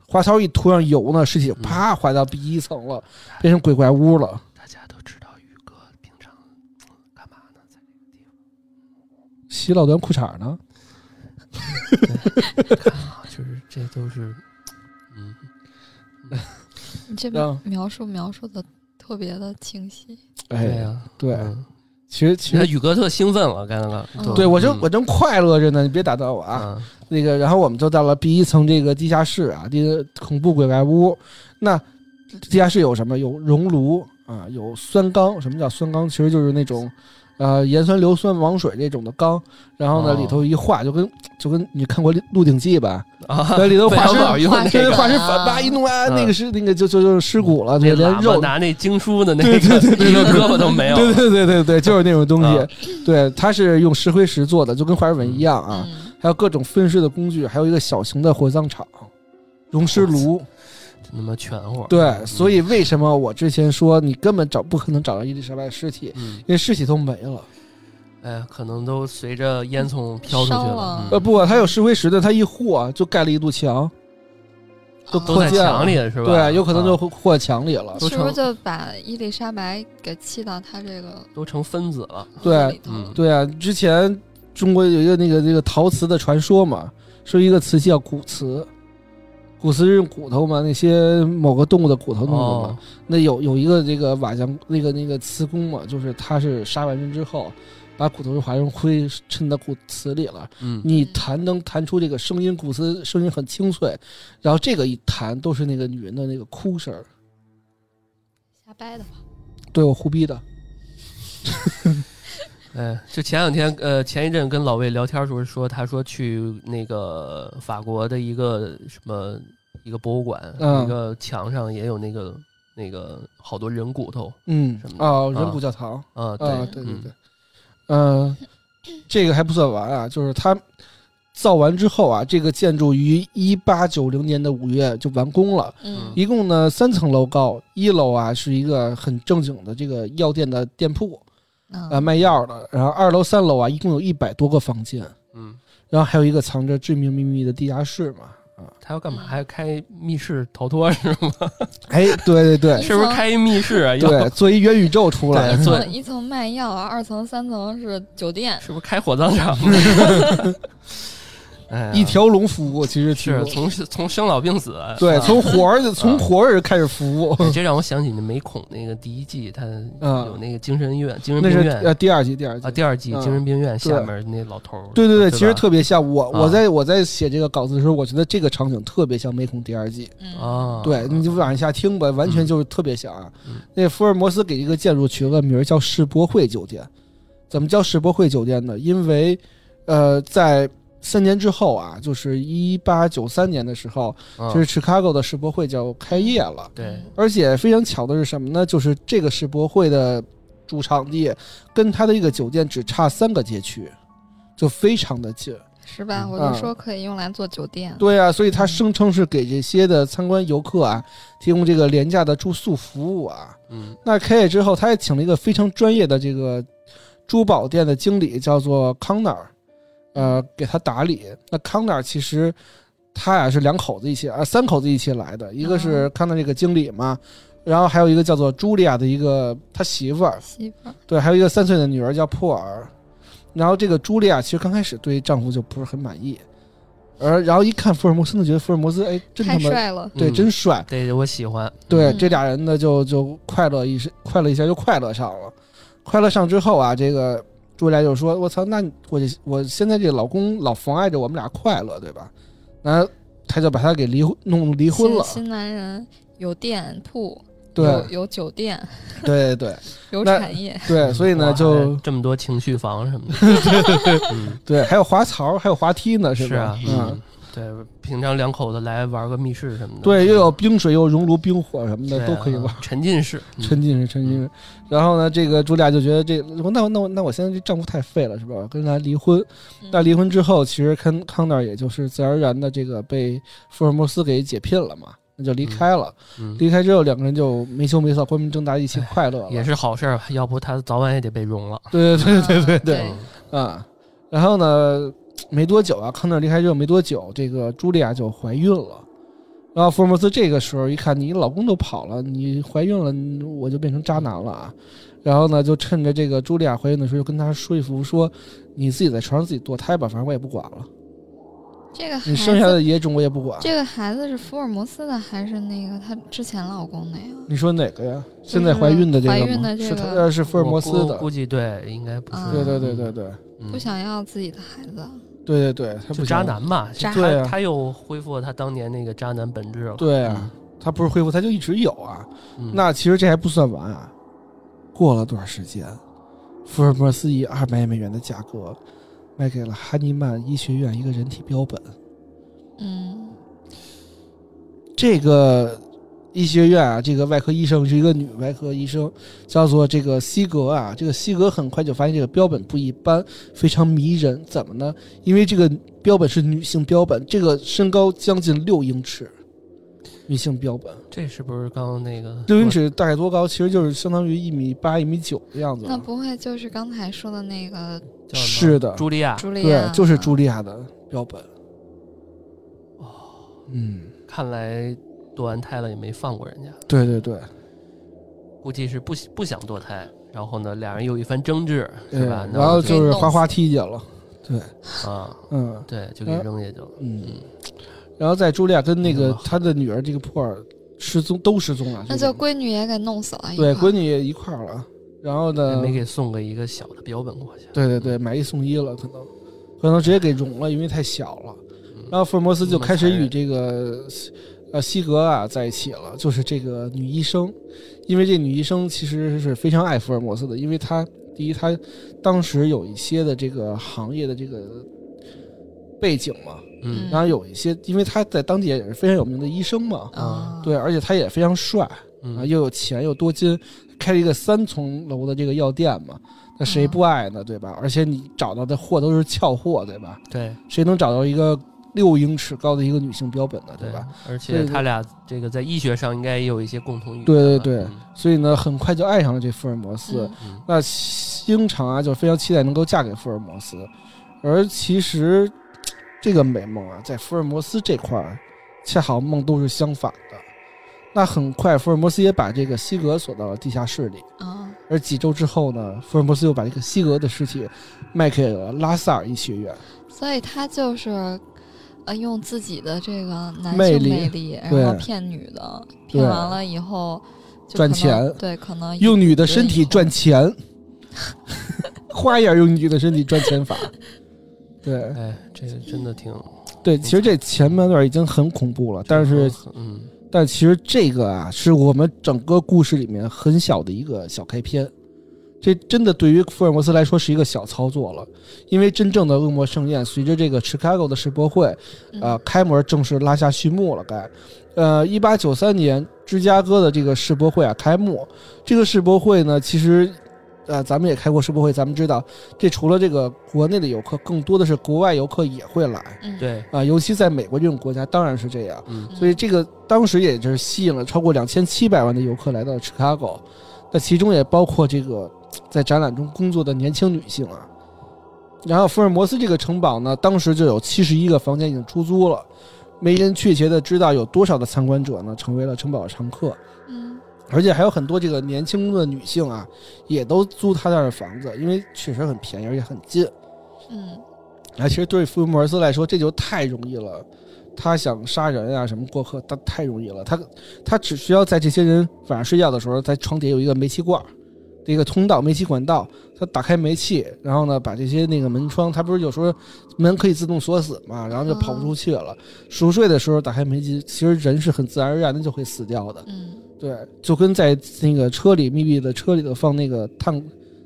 滑槽一涂上油呢，尸体嗯啪滑到第一层了，变成鬼怪屋了。大家都知道宇哥平常干嘛呢？在洗老段裤衩呢？就是这都是，嗯，你这让描述描述的特别的清晰。哎对，呀，对，嗯其实其你看实。宇哥特兴奋了，刚刚嗯对，我正嗯我正快乐着呢，你别打断我啊！嗯那个，然后我们就到了第一层这个地下室啊，这个恐怖鬼怪屋。那地下室有什么？有熔炉啊，有酸缸。什么叫酸缸？其实就是那种，呃，盐酸、硫酸、王水这种的缸。然后呢，哦里头一画，就跟就跟你看过《鹿鼎记》吧？啊，对，里头非化常尸，好用化那这对，个个化尸啊反吧一弄啊，嗯那个是那个就就就是尸骨了，对，那连喇肉嘛拿那经书的那对个对对对对那对个胳膊都没有，对对对对对，就是那种东西。嗯对，它是用石灰石做的，就跟化石粉一样啊。嗯，还有各种分尸的工具，还有一个小型的火葬场、溶尸炉。那么全乎嗯儿。对，所以为什么我之前说你根本找不可能找到伊丽莎白的尸体，嗯，因为尸体都没了。哎，可能都随着烟囱飘出去烧啊了呃，嗯、不，它有石灰石的，它一和啊就盖了一堵墙，都嗯都破在建了墙里是吧？对，有可能啊就和和墙里了。都是不是成就把伊丽莎白给气到他这个都成分子了。对屋里头嗯对啊，之前中国有一个那个那个陶瓷的传说嘛，说一个瓷器叫骨瓷，骨瓷是用骨头嘛，那些某个动物的骨头弄的嘛哦。，那有有一个这个瓦匠，那个那个瓷工嘛，就是他是杀完人之后，把骨头化成灰沉到骨瓷里了。嗯，你弹能弹出这个声音，骨瓷声音很清脆，然后这个一弹都是那个女人的那个哭声儿。瞎掰的吧？对我胡逼的，哎，就前两天，呃，前一阵跟老魏聊天的时候说，他说去那个法国的一个什么一个博物馆，嗯一个墙上也有那个那个好多人骨头嗯什么的啊，人啊骨教堂啊，对，啊，对对嗯对，嗯，这个还不算完啊，就是他造完之后啊，这个建筑于一八九零年的五月就完工了。嗯一共呢三层楼高，一楼啊是一个很正经的这个药店的店铺，呃嗯卖药的。然后二楼、三楼啊，一共有一百多个房间，嗯，然后还有一个藏着致命秘密的地下室嘛。啊他要干嘛？还开密室逃脱是 [laughs] 吗？哎，对对对 [laughs] 一是不是开一密室啊？要对，做一元宇宙出来对，做一层卖药啊，二层、三层是酒店，是不是开火 [laughs] 葬场？哎呀，一条龙服务，其实挺是从从生老病死，对，啊从活儿就从啊活儿开始服 [laughs] 务。哎这让我想起那美恐那个第一季，他嗯有那个精神院、精神那是病院呃第二集，第二集啊，第二季嗯精神病对院下面那老头儿，对对对，吧其实特别像我，啊我在我在写这个稿子的时候，我觉得这个场景特别像《美恐》第二季。嗯啊，对，你就往下听吧，完全嗯就是特别像啊。嗯那福尔摩斯给这个建筑取了个名儿叫世博会酒店。怎么叫世博会酒店呢？因为，呃，在三年之后啊，就是一八九三年的时候，嗯就是 Chicago 的世博会就开业了。对，嗯而且非常巧的是什么呢？就是这个世博会的主场地跟它的这个酒店只差三个街区，就非常的近。是吧？嗯我啊就说可以用来做酒店，对啊，所以他声称是给这些的参观游客啊提供这个廉价的住宿服务啊。嗯那开业之后，他还请了一个非常专业的这个珠宝店的经理，叫做康纳尔，呃，给他打理。那康纳尔其实他俩是两口子一起啊，三口子一起来的，一个是康纳这个经理嘛，然后还有一个叫做茱莉亚的一个他媳妇儿，媳妇儿对，还有一个三岁的女儿叫珀尔。然后这个茱莉亚其实刚开始对丈夫就不是很满意，而然后一看福尔摩斯，呢，觉得福尔摩斯哎真他太妈帅了，对嗯真帅，对，我喜欢，对，嗯这俩人呢就就快乐一时，快乐一下就快乐上了。快乐上之后啊，这个朱莉娅就说：“我操，那你我这我现在这老公老妨碍着我们俩快乐，对吧？”然后他就把他给离婚弄离婚新了。新男人有店铺，对有有酒店，对对对有那产业， [laughs] 对，所以呢哇哎就嗯还这么多情绪房什么 [laughs] 的，嗯对，还有滑槽，还有滑梯呢，是是吧啊？，嗯嗯，，对，平常两口子来玩个密室什么的，对，又有冰水，又有熔炉、冰火什么的对都可以玩。啊沉浸式，嗯沉浸式，沉浸式。然后呢，这个茱莉亚就觉得这，我那我那我那我现在这丈夫太废了，是吧？我跟他离婚。嗯那离婚之后，其实康康纳尔也就是自然而然的这个被福尔摩斯给解聘了嘛，那就离开了。嗯离开之后，两个人就没羞没臊、光明正大一起哎快乐了。也，是好事儿吧，要不他早晚也得被融了。对 [laughs] 对对对对对对，啊。然后呢，没多久啊，康纳尔离开之后没多久，这个茱莉亚就怀孕了。然后福尔摩斯这个时候一看，你老公都跑了，你怀孕了，我就变成渣男了啊！然后呢，就趁着这个茱莉亚怀孕的时候，就跟她说服说，你自己在床上自己堕胎吧，反正我也不管 [laughs] 了，这个孩你生下子，的野种我也不管。这个孩子是福尔摩斯的还是那个她之前老公的呀？你说哪个呀？就是现在怀孕的这个吗？怀孕的这是个他呃是福尔摩斯我的估，估计对，应该不是。啊对对对对对嗯，不想要自己的孩子，对对对，他就不渣行。男吧，渣对啊他他又恢复了他当年那个渣男本质了。对啊，他不是恢复，他就一直有啊。嗯，那其实这还不算完啊，过了段时间，福尔摩斯以二百美元的价格卖给了哈尼曼医学院一个人体标本。嗯，这个医学院啊，这个外科医生是一个女外科医生，叫做这个西格啊。这个西格很快就发现这个标本不一般，非常迷人。怎么呢？因为这个标本是女性标本，这个身高将近六英尺，女性标本。这是不是刚刚那个六英尺大概多高？其实就是相当于一米八、一米九的样子。那不会就是刚才说的那个叫什么是的，嗯茱莉亚？茱莉亚对吗？，就是茱莉亚的标本。哦，嗯，看来堕完胎了也没放过人家，对对对，估计是不不想堕胎。然后呢，俩人有一番争执，是嗯吧？那然后我就是哗哗踢去了。啊，嗯对，就给扔下去了。嗯，然后在茱莉亚跟那个嗯她的女儿这个普洱失踪都失踪了，那就就是闺女也给弄死了一块对儿。闺女也一块儿了。然后也呢，哎没给送个一个小的标本过去。呃对对对，买一送一了，可能可能直接给融了，因为太小了。嗯然后福尔摩斯就开始那么与残这个呃西格啊在一起了，就是这个女医生，因为这女医生其实是非常爱福尔摩斯的，因为她第一她当时有一些的这个行业的这个背景嘛，嗯然后有一些，因为她在当地也是非常有名的医生嘛，啊，对，而且她也非常帅啊，嗯，又有钱又多金，开了一个三层楼的这个药店嘛。那谁不爱呢，对吧？而且你找到的货都是俏货，对吧？对谁能找到一个六英尺高的一个女性标本呢？对对吧？？而所且以他俩这个在医学上应该也有一些共同语言吧。对对对嗯所以呢，很快就爱上了这福尔摩斯。嗯嗯那经常啊，就非常期待能够嫁给福尔摩斯。而其实这个美梦啊，在福尔摩斯这块儿，恰好梦都是相反的。那很快，福尔摩斯也把这个西格锁到了地下室里。啊，而几周之后呢，福尔摩斯又把这个西格的尸体卖给了拉萨尔医学院。所以他就是呃用自己的这个男性魅魅力然对后骗女的，对骗完了以后就赚可能钱对，可能用女的身体赚钱。钱，花样用女的身体赚钱法。对哎，这个真的挺，对，其实这前半段已经很恐怖了，但是嗯，但其实这个啊，是我们整个故事里面很小的一个小开篇。这真的对于福尔摩斯来说是一个小操作了，因为真正的恶魔盛宴随着这个 Chicago 的世博会嗯呃，开门正式拉下序幕了，该。呃，一八九三年芝加哥的这个世博会啊开幕，这个世博会呢，其实，呃，咱们也开过世博会，咱们知道，这除了这个国内的游客，更多的是国外游客也会来啊、嗯，对，尤其在美国这种国家，当然是这样。嗯所以这个当时也就是吸引了超过两千七百万的游客来到 Chicago，那其中也包括这个在展览中工作的年轻女性啊。然后福尔摩斯这个城堡呢，当时就有七十一个房间已经出租了，没人确切的知道有多少的参观者呢成为了城堡的常客，嗯而且还有很多这个年轻的女性啊，也都租他那儿的房子，因为确实很便宜，而且很近。嗯啊，其实对于福尔摩斯来说，这就太容易了。他想杀人啊，什么过客，他太容易了。他他只需要在这些人晚上睡觉的时候，在床底下有一个煤气罐儿的一个通道，煤气管道，他打开煤气，然后呢，把这些那个门窗，他不是有时候门可以自动锁死嘛，然后就跑不出去了。熟睡的时候打开煤气，其实人是很自然而然的就会死掉的。嗯对，就跟在那个车里密闭的车里头放那个碳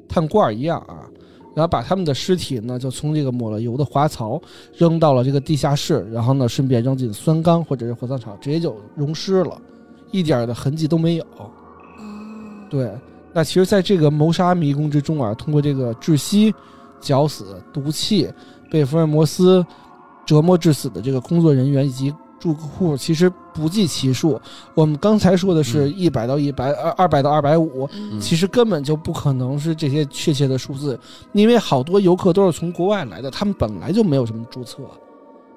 碳罐儿一样啊。然后把他们的尸体呢，就从这个抹了油的滑槽扔到了这个地下室，然后呢，顺便扔进酸缸或者是火葬场，直接就溶尸了，一点儿的痕迹都没有。哦，对，那其实在这个谋杀迷宫之中啊，通过这个窒息、绞死、毒气，被福尔摩斯折磨致死的这个工作人员以及住户，其实不计其数。我们刚才说的嗯是一百到一百、二二百到二百五。嗯其实根本就不可能是这些确切的数字，因为好多游客都是从国外来的，他们本来就没有什么注册，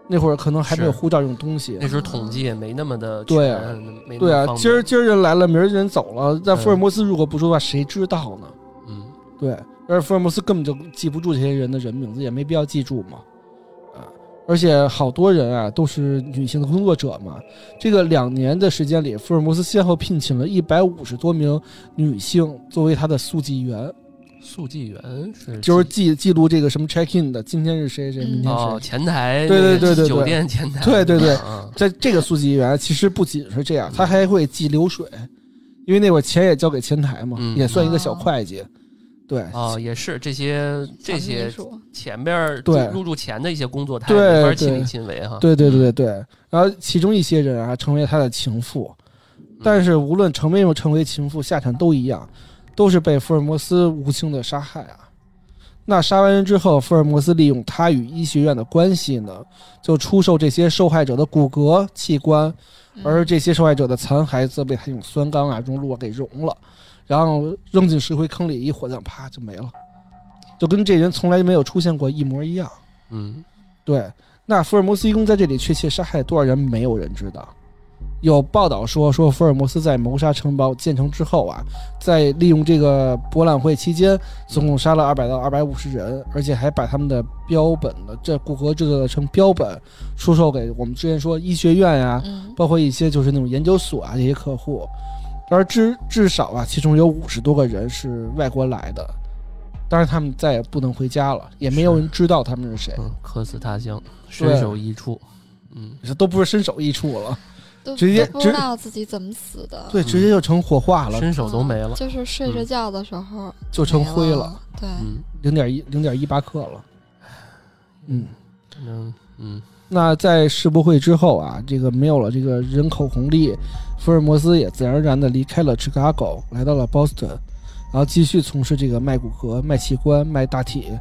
那会儿可能还没有是护照这种东西。那时候统计也没那么的对全没那么对啊方，便今儿今儿人来了，明儿人走了，那嗯福尔摩斯如果不说的话，谁知道呢？嗯，对，而福尔摩斯根本就记不住这些人的人名字，也没必要记住嘛，啊，而且好多人啊都是女性的工作者嘛。这个两年的时间里，福尔摩斯先后聘请了一百五十多名女性作为他的速记员，速记员是就是记记录这个什么 check in 的，今天是谁谁，嗯明天谁哦，谁。前台对对那个对对对酒店前台，对对对啊在这个速记员其实不仅是这样，他还会记流水，因为那会儿钱也交给前台嘛，嗯也算一个小哦会计。对，哦，也是这些这小秘嗯些书前边儿对入住前的一些工作，他也对没法亲对力亲为哈。对对对对，然后其中一些人啊成为他的情妇，但是无论成为不成为情妇，下场都一样，都是被福尔摩斯无情的杀害啊。那杀完人之后，福尔摩斯利用他与医学院的关系呢，就出售这些受害者的骨骼器官，嗯而这些受害者的残骸则被他用酸钢啊熔炉啊给熔了，然后扔进石灰坑里，一火葬，啪就没了，就跟这人从来没有出现过一模一样。嗯对，那福尔摩斯一共在这里确切杀害了多少人，没有人知道。有报道说，说福尔摩斯在谋杀城堡建成之后啊，在利用这个博览会期间，总共杀了二百到二百五十人，而且还把他们的标本的这骨骼制作成标本，出售给我们之前说医学院呀、嗯包括一些就是那种研究所啊这些客户，而至至少啊，其中有五十多个人是外国来的，当然他们再也不能回家了，也没有是人知道他们是谁。嗯，客死他乡，身首异处。嗯，这都不是身首异处了，都直接都不直知道自己怎么死的， [laughs] 嗯对，直接就成火化了，身手都没了。就是睡着觉的时候就成灰没了，了，对，嗯，零点一零点一八克了。嗯，反正嗯那在世博会之后啊，这个没有了这个人口红利，福尔摩斯也自然而然的离开了芝加哥，来到了 Boston，然后继续从事这个卖骨骼、卖器官、卖大体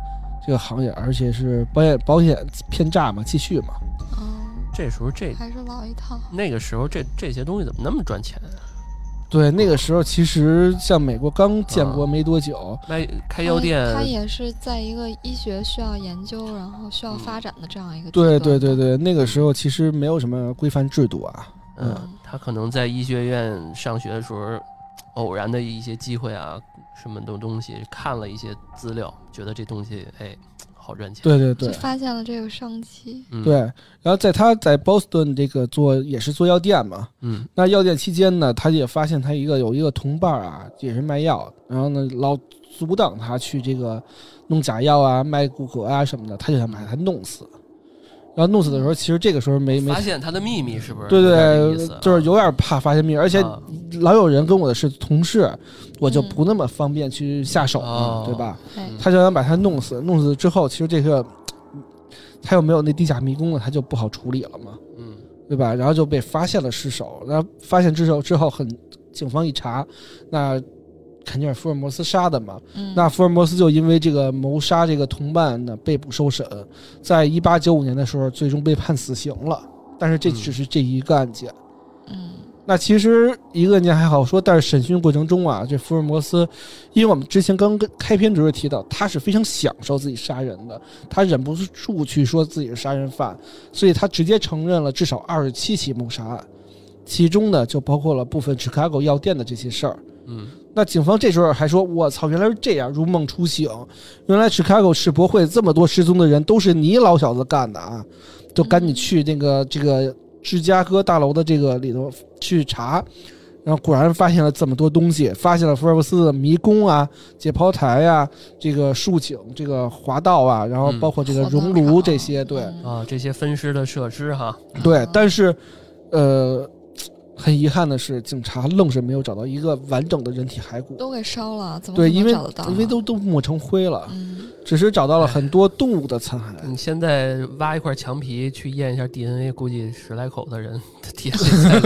这个行业，而且是保险保险骗诈嘛，继续嘛。嗯，这时候这还是老一套，那个时候这这些东西怎么那么赚钱啊？对，那个时候其实像美国刚建国没多久，卖开药店，它也是在一个医学需要研究，然后需要发展的这样一个对阶段对对对，那个时候其实没有什么规范制度啊，嗯，他可能在医学院上学的时候，偶然的一些机会啊，什么的东西看了一些资料，觉得这东西哎好赚钱。对对就对发现了这个商机，嗯，对，，然后在他在 Boston 这个做也是做药店嘛，嗯那药店期间呢，他也发现他一个有一个同伴啊，也是卖药，然后呢老阻挡他去这个弄假药啊、卖骨骼啊什么的，他就想把他弄死。然后弄死的时候，其实这个时候没没发现他的秘密是不是？对有点这意对思，啊就是有点怕发现秘密，而且啊老有人跟我的是同事，我就不那么方便去下手哦了，对吧？哎，他就想把他弄死，弄死之后，其实这个嗯他又没有那地下迷宫了，他就不好处理了嘛，嗯对吧？然后就被发现了失手，然后发现失手之后很，警方一查，那肯定是福尔摩斯杀的嘛。嗯，那福尔摩斯就因为这个谋杀这个同伴呢被捕受审，在一八九五年的时候最终被判死刑了，但是这嗯只是这一个案件。嗯那其实一个年还好说，但是审讯过程中啊，这福尔摩斯，因为我们之前刚跟开篇时候提到，他是非常享受自己杀人的，他忍不住去说自己是杀人犯，所以他直接承认了至少二十七起谋杀案，其中呢就包括了部分 Chicago 药店的这些事儿。嗯那警方这时候还说：“我操，原来是这样，如梦初醒！原来 Chicago 世博会这么多失踪的人都是你老小子干的啊！”就赶紧去那个这个芝加哥大楼的这个里头去查，然后果然发现了这么多东西，发现了福尔摩斯的迷宫啊、解剖台啊、这个竖井、这个滑道啊，然后嗯包括这个好熔多炉场这些，对嗯啊，这些分尸的设施哈，对嗯。但是，呃，很遗憾的是，警察愣是没有找到一个完整的人体骸骨。都给烧了，怎么对，可能因为找得到啊？因为都都抹成灰了，嗯，只是找到了很多动物的残骸。你现在挖一块墙皮去验一下 DNA，估计十来口的人 [laughs] DNA 在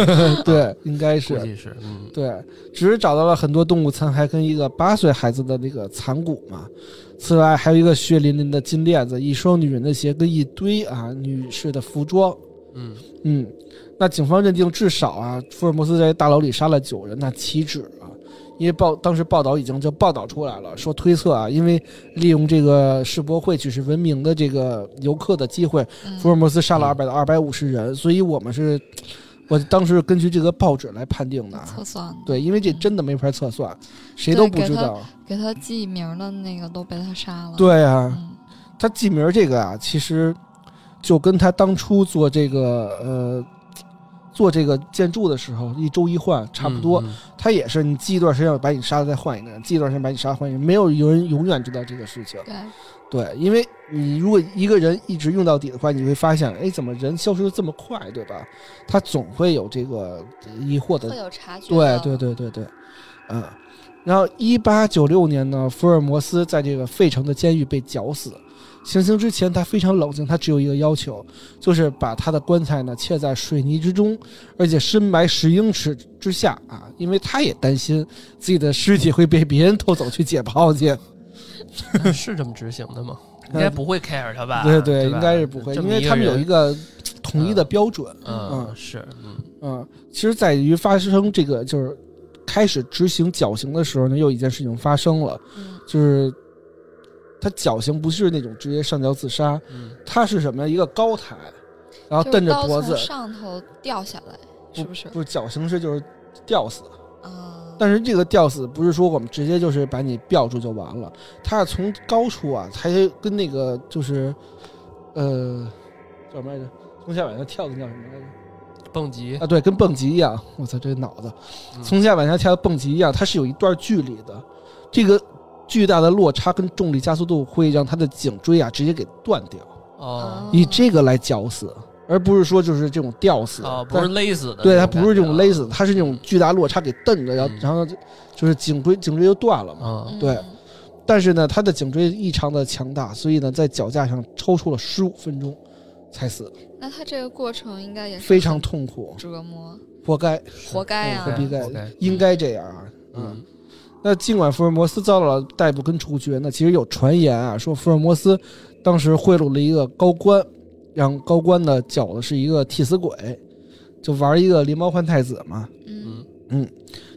里面对，应该估是计是嗯对，只是找到了很多动物残骸跟一个八岁孩子的那个残骨嘛。此外，还有一个血淋淋的金链子、一双女人的鞋跟一堆啊女士的服装。嗯嗯，那警方认定至少啊，福尔摩斯在大楼里杀了九人，那岂止啊？因为报当时报道已经就报道出来了，说推测啊，因为利用这个世博会举世闻名的这个游客的机会，嗯福尔摩斯杀了二嗯百到二百五十人，所以我们是，我当时根据这个报纸来判定的啊。测算对，因为这真的没法测算，谁都不知道。给他嗯记名的那个都被他杀了，，对啊，嗯他记名儿这个啊，其实就跟他当初做这个呃做这个建筑的时候一周一换差不多。嗯嗯他也是你记一段时间把你杀了再换一个人，记一段时间把你杀了换一个人，没有人永远知道这个事情。对，对，因为你如果一个人一直用到底的话，你会发现，哎，怎么人消失的这么快，对吧？他总会有这个疑惑会的。有察觉对的，对对对对，嗯。然后，一八九六年呢，福尔摩斯在这个费城的监狱被绞死。行刑之前，他非常冷静，他只有一个要求，就是把他的棺材呢嵌在水泥之中，而且深埋十英尺之下啊，因为他也担心自己的尸体会被别人偷走去解剖去。是这么执行 [laughs] 的吗？应那该不会 care 他吧？对对对，吧，应该是不会，这因么为他们有一人个统一的标准。嗯嗯是嗯嗯，其实在于发生这个就是开始执行绞刑的时候呢，又有一件事情发生了，嗯就是他绞刑不是那种直接上吊自杀，嗯他是什么呀？一个高抬，然后蹬着脖子就是刀从，上头掉下来，是不是？不是绞刑是就是吊死。啊，但是这个吊死不是说我们直接就是把你吊住就完了，他是从高处啊，他跟那个就是，呃，叫什么来着？从下往下跳的叫什么来着？蹦极啊，对，跟蹦极一样。我操，这个脑子嗯从下往下跳的蹦极一样，它是有一段距离的。这个巨大的落差跟重力加速度会让他的颈椎啊直接给断掉，哦以这个来绞死，而不是说就是这种吊死。哦，不但是勒死的那种感觉啊，对，它不是这种勒死，它是这种嗯巨大落差给蹬着，然后嗯然后就就是颈椎颈椎就断了嘛。嗯对嗯但是呢，他的颈椎异常的强大，所以呢，在脚架上抽搐了十五分钟才死，那他这个过程应该也是非常嗯很痛苦，折磨，活该，活该啊呀、活对啊逼活该该，应该这样啊。嗯，嗯那尽管福尔摩斯遭到了逮捕跟处决，那其实有传言啊，说福尔摩斯当时贿赂了一个高官，让高官呢搅的是一个替死鬼，就玩一个狸猫换太子嘛。嗯，嗯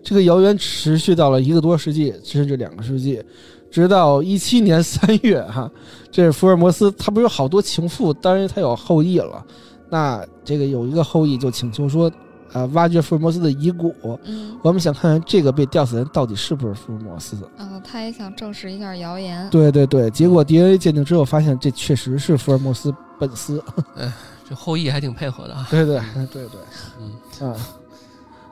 这个谣言持续到了一个多世纪，甚至两个世纪，直到一七年三月哈、这福尔摩斯他不是有好多情妇，当然他有后裔了。那这个有一个后裔就请求说，啊、挖掘福尔摩斯的遗骨，嗯我们想看看这个被吊死的人到底是不是福尔摩斯。嗯，他也想证实一下谣言，对对对，结果 DNA 鉴定之后发现这确实是福尔摩斯本斯。这后羿还挺配合的啊，对对对对，嗯啊。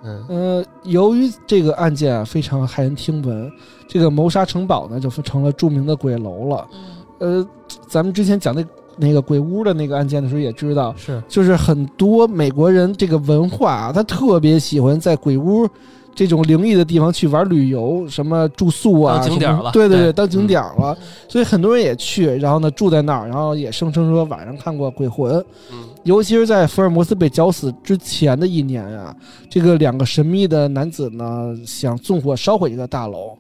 嗯呃，由于这个案件啊非常骇人听闻，这个谋杀城堡呢就成了著名的鬼楼了。嗯呃，咱们之前讲那那个鬼屋的那个案件的时候也知道，嗯是就是很多美国人这个文化啊，他特别喜欢在鬼屋这种灵异的地方去玩旅游，什么住宿啊，当景点什么了对对对对，当景点了。嗯所以很多人也去，然后呢住在那儿，然后也声称说晚上看过鬼魂。嗯尤其是在福尔摩斯被绞死之前的一年啊，这个两个神秘的男子呢，想纵火烧毁一个大楼，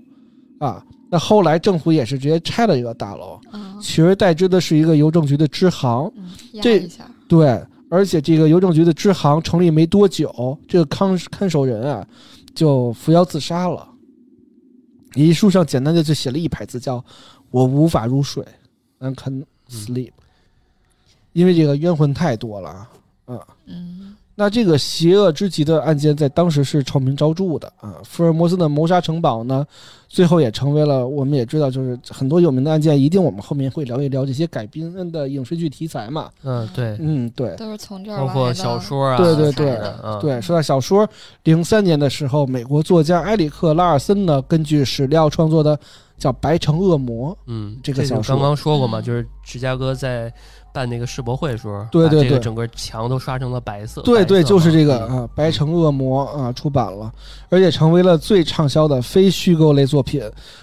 啊，那后来政府也是直接拆了一个大楼，啊取而代之的是一个邮政局的支行。嗯，压这一下，对，而且这个邮政局的支行成立没多久，这个看看守人啊，就扶摇自杀了。遗书上简单的就写了一排字，叫“我无法入睡，I can sleep”，、因为这个冤魂太多了啊。嗯，嗯那这个邪恶之极的案件在当时是臭名昭著的啊。福尔摩斯的谋杀城堡呢，最后也成为了我们也知道，就是很多有名的案件，一定我们后面会聊一聊这些改编的影视剧题材嘛。嗯对，嗯，对。都是从这儿包括来的小说啊，对对什对么的嗯对，说到小说，零三年的时候，美国作家埃里克·拉尔森呢，根据史料创作的叫《白城恶魔》，嗯，这个就小说刚刚说过嘛，嗯就是芝加哥在办那个世博会的时候，对对把这个对整个墙都刷成了白色。对对，白色就是嘛这个嗯啊，《白城恶魔》啊出版了，而且成为了最畅销的非虚构类作品。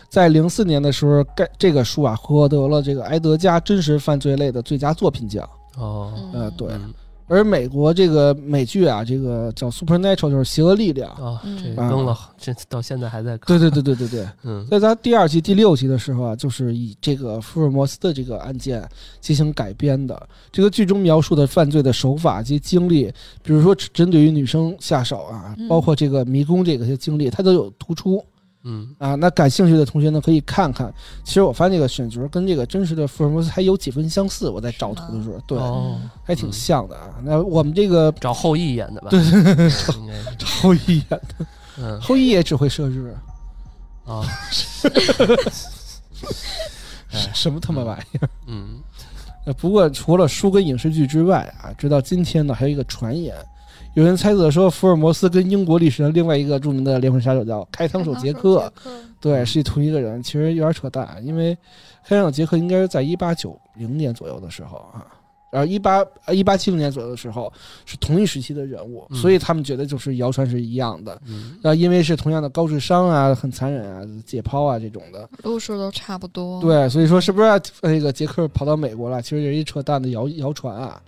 在零四年的时候，该这个书啊获得了这个埃德加真实犯罪类的最佳作品奖。哦，呃，嗯对。嗯而美国这个美剧啊，这个叫《Supernatural》，就是邪恶力量。哦，这嗯啊更了，这到现在还在看。对对对对对对，嗯在他第二季第六集的时候啊，就是以这个福尔摩斯的这个案件进行改编的。这个剧中描述的犯罪的手法及经历，比如说只针对于女生下手啊，嗯包括这个迷宫这个些经历，它都有突出嗯啊。那感兴趣的同学呢，可以看看。其实我发现这个选角跟这个真实的福尔摩斯还有几分相似。我在找图的时候，对，嗯哦，还挺像的啊。那我们这个找后羿演的吧？对，应该是后羿演的，[laughs] 嗯后羿也只会设置，啊哎 [laughs] 什么他妈玩意儿？嗯呃，不过除了书跟影视剧之外啊，直到今天呢，还有一个传言，有人猜测说福尔摩斯跟英国历史上另外一个著名的连环杀手叫开膛手杰克，， [laughs] 哎对，是同一个人，其实有点扯淡，因为开膛手杰克应该是在一八九零年左右的时候啊。然后一八一八七零年左右的时候是同一时期的人物，嗯所以他们觉得就是谣传是一样的。嗯那因为是同样的高智商啊、很残忍啊、解剖啊这种的，路数都差不多，，对，所以说是不是啊那个杰克跑到美国了？其实也是一扯淡的谣谣传啊。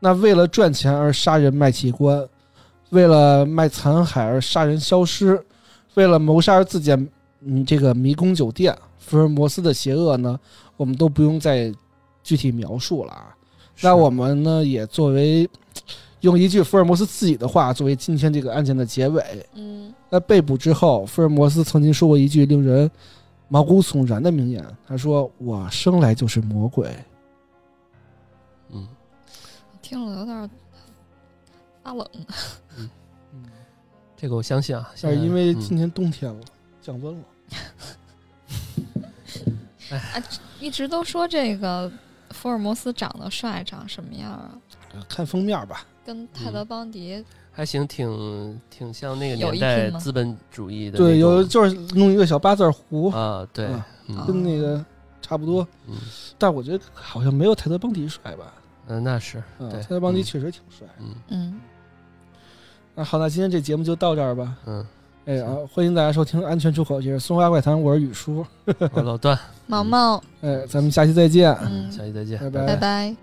那为了赚钱而杀人卖器官，为了卖残骸而杀人消失，为了谋杀而自建嗯这个迷宫酒店，福尔摩斯的邪恶呢，我们都不用再具体描述了啊。 [laughs] 那我们呢，也作为用一句福尔摩斯自己的话作为今天这个案件的结尾。嗯在被捕之后，福尔摩斯曾经说过一句令人毛骨悚然的名言，他说：“我生来就是魔鬼。嗯，听了有点儿发冷。”这个我相信啊。但现呃在是因为嗯今天冬天了，降温了。一直都说这个福尔摩斯长得帅，长什么样啊？嗯看封面吧，跟泰德·邦迪，还行，挺挺像那个有年一代拼吗资本主义的那种。对，有就是弄一个小八字胡，啊，对，嗯跟那个差不多，嗯但我觉得好像没有泰德·邦迪帅吧？嗯，那是嗯，对泰德·邦迪嗯确实挺帅。嗯嗯，那好，那今天这节目就到这儿吧。 [laughs] 嗯，哎啊，欢迎大家收听《安全出口》，这是《松花怪谈》，我是雨叔。我老段，毛毛，哎，咱们下期再见。嗯，下期再见，拜拜拜拜。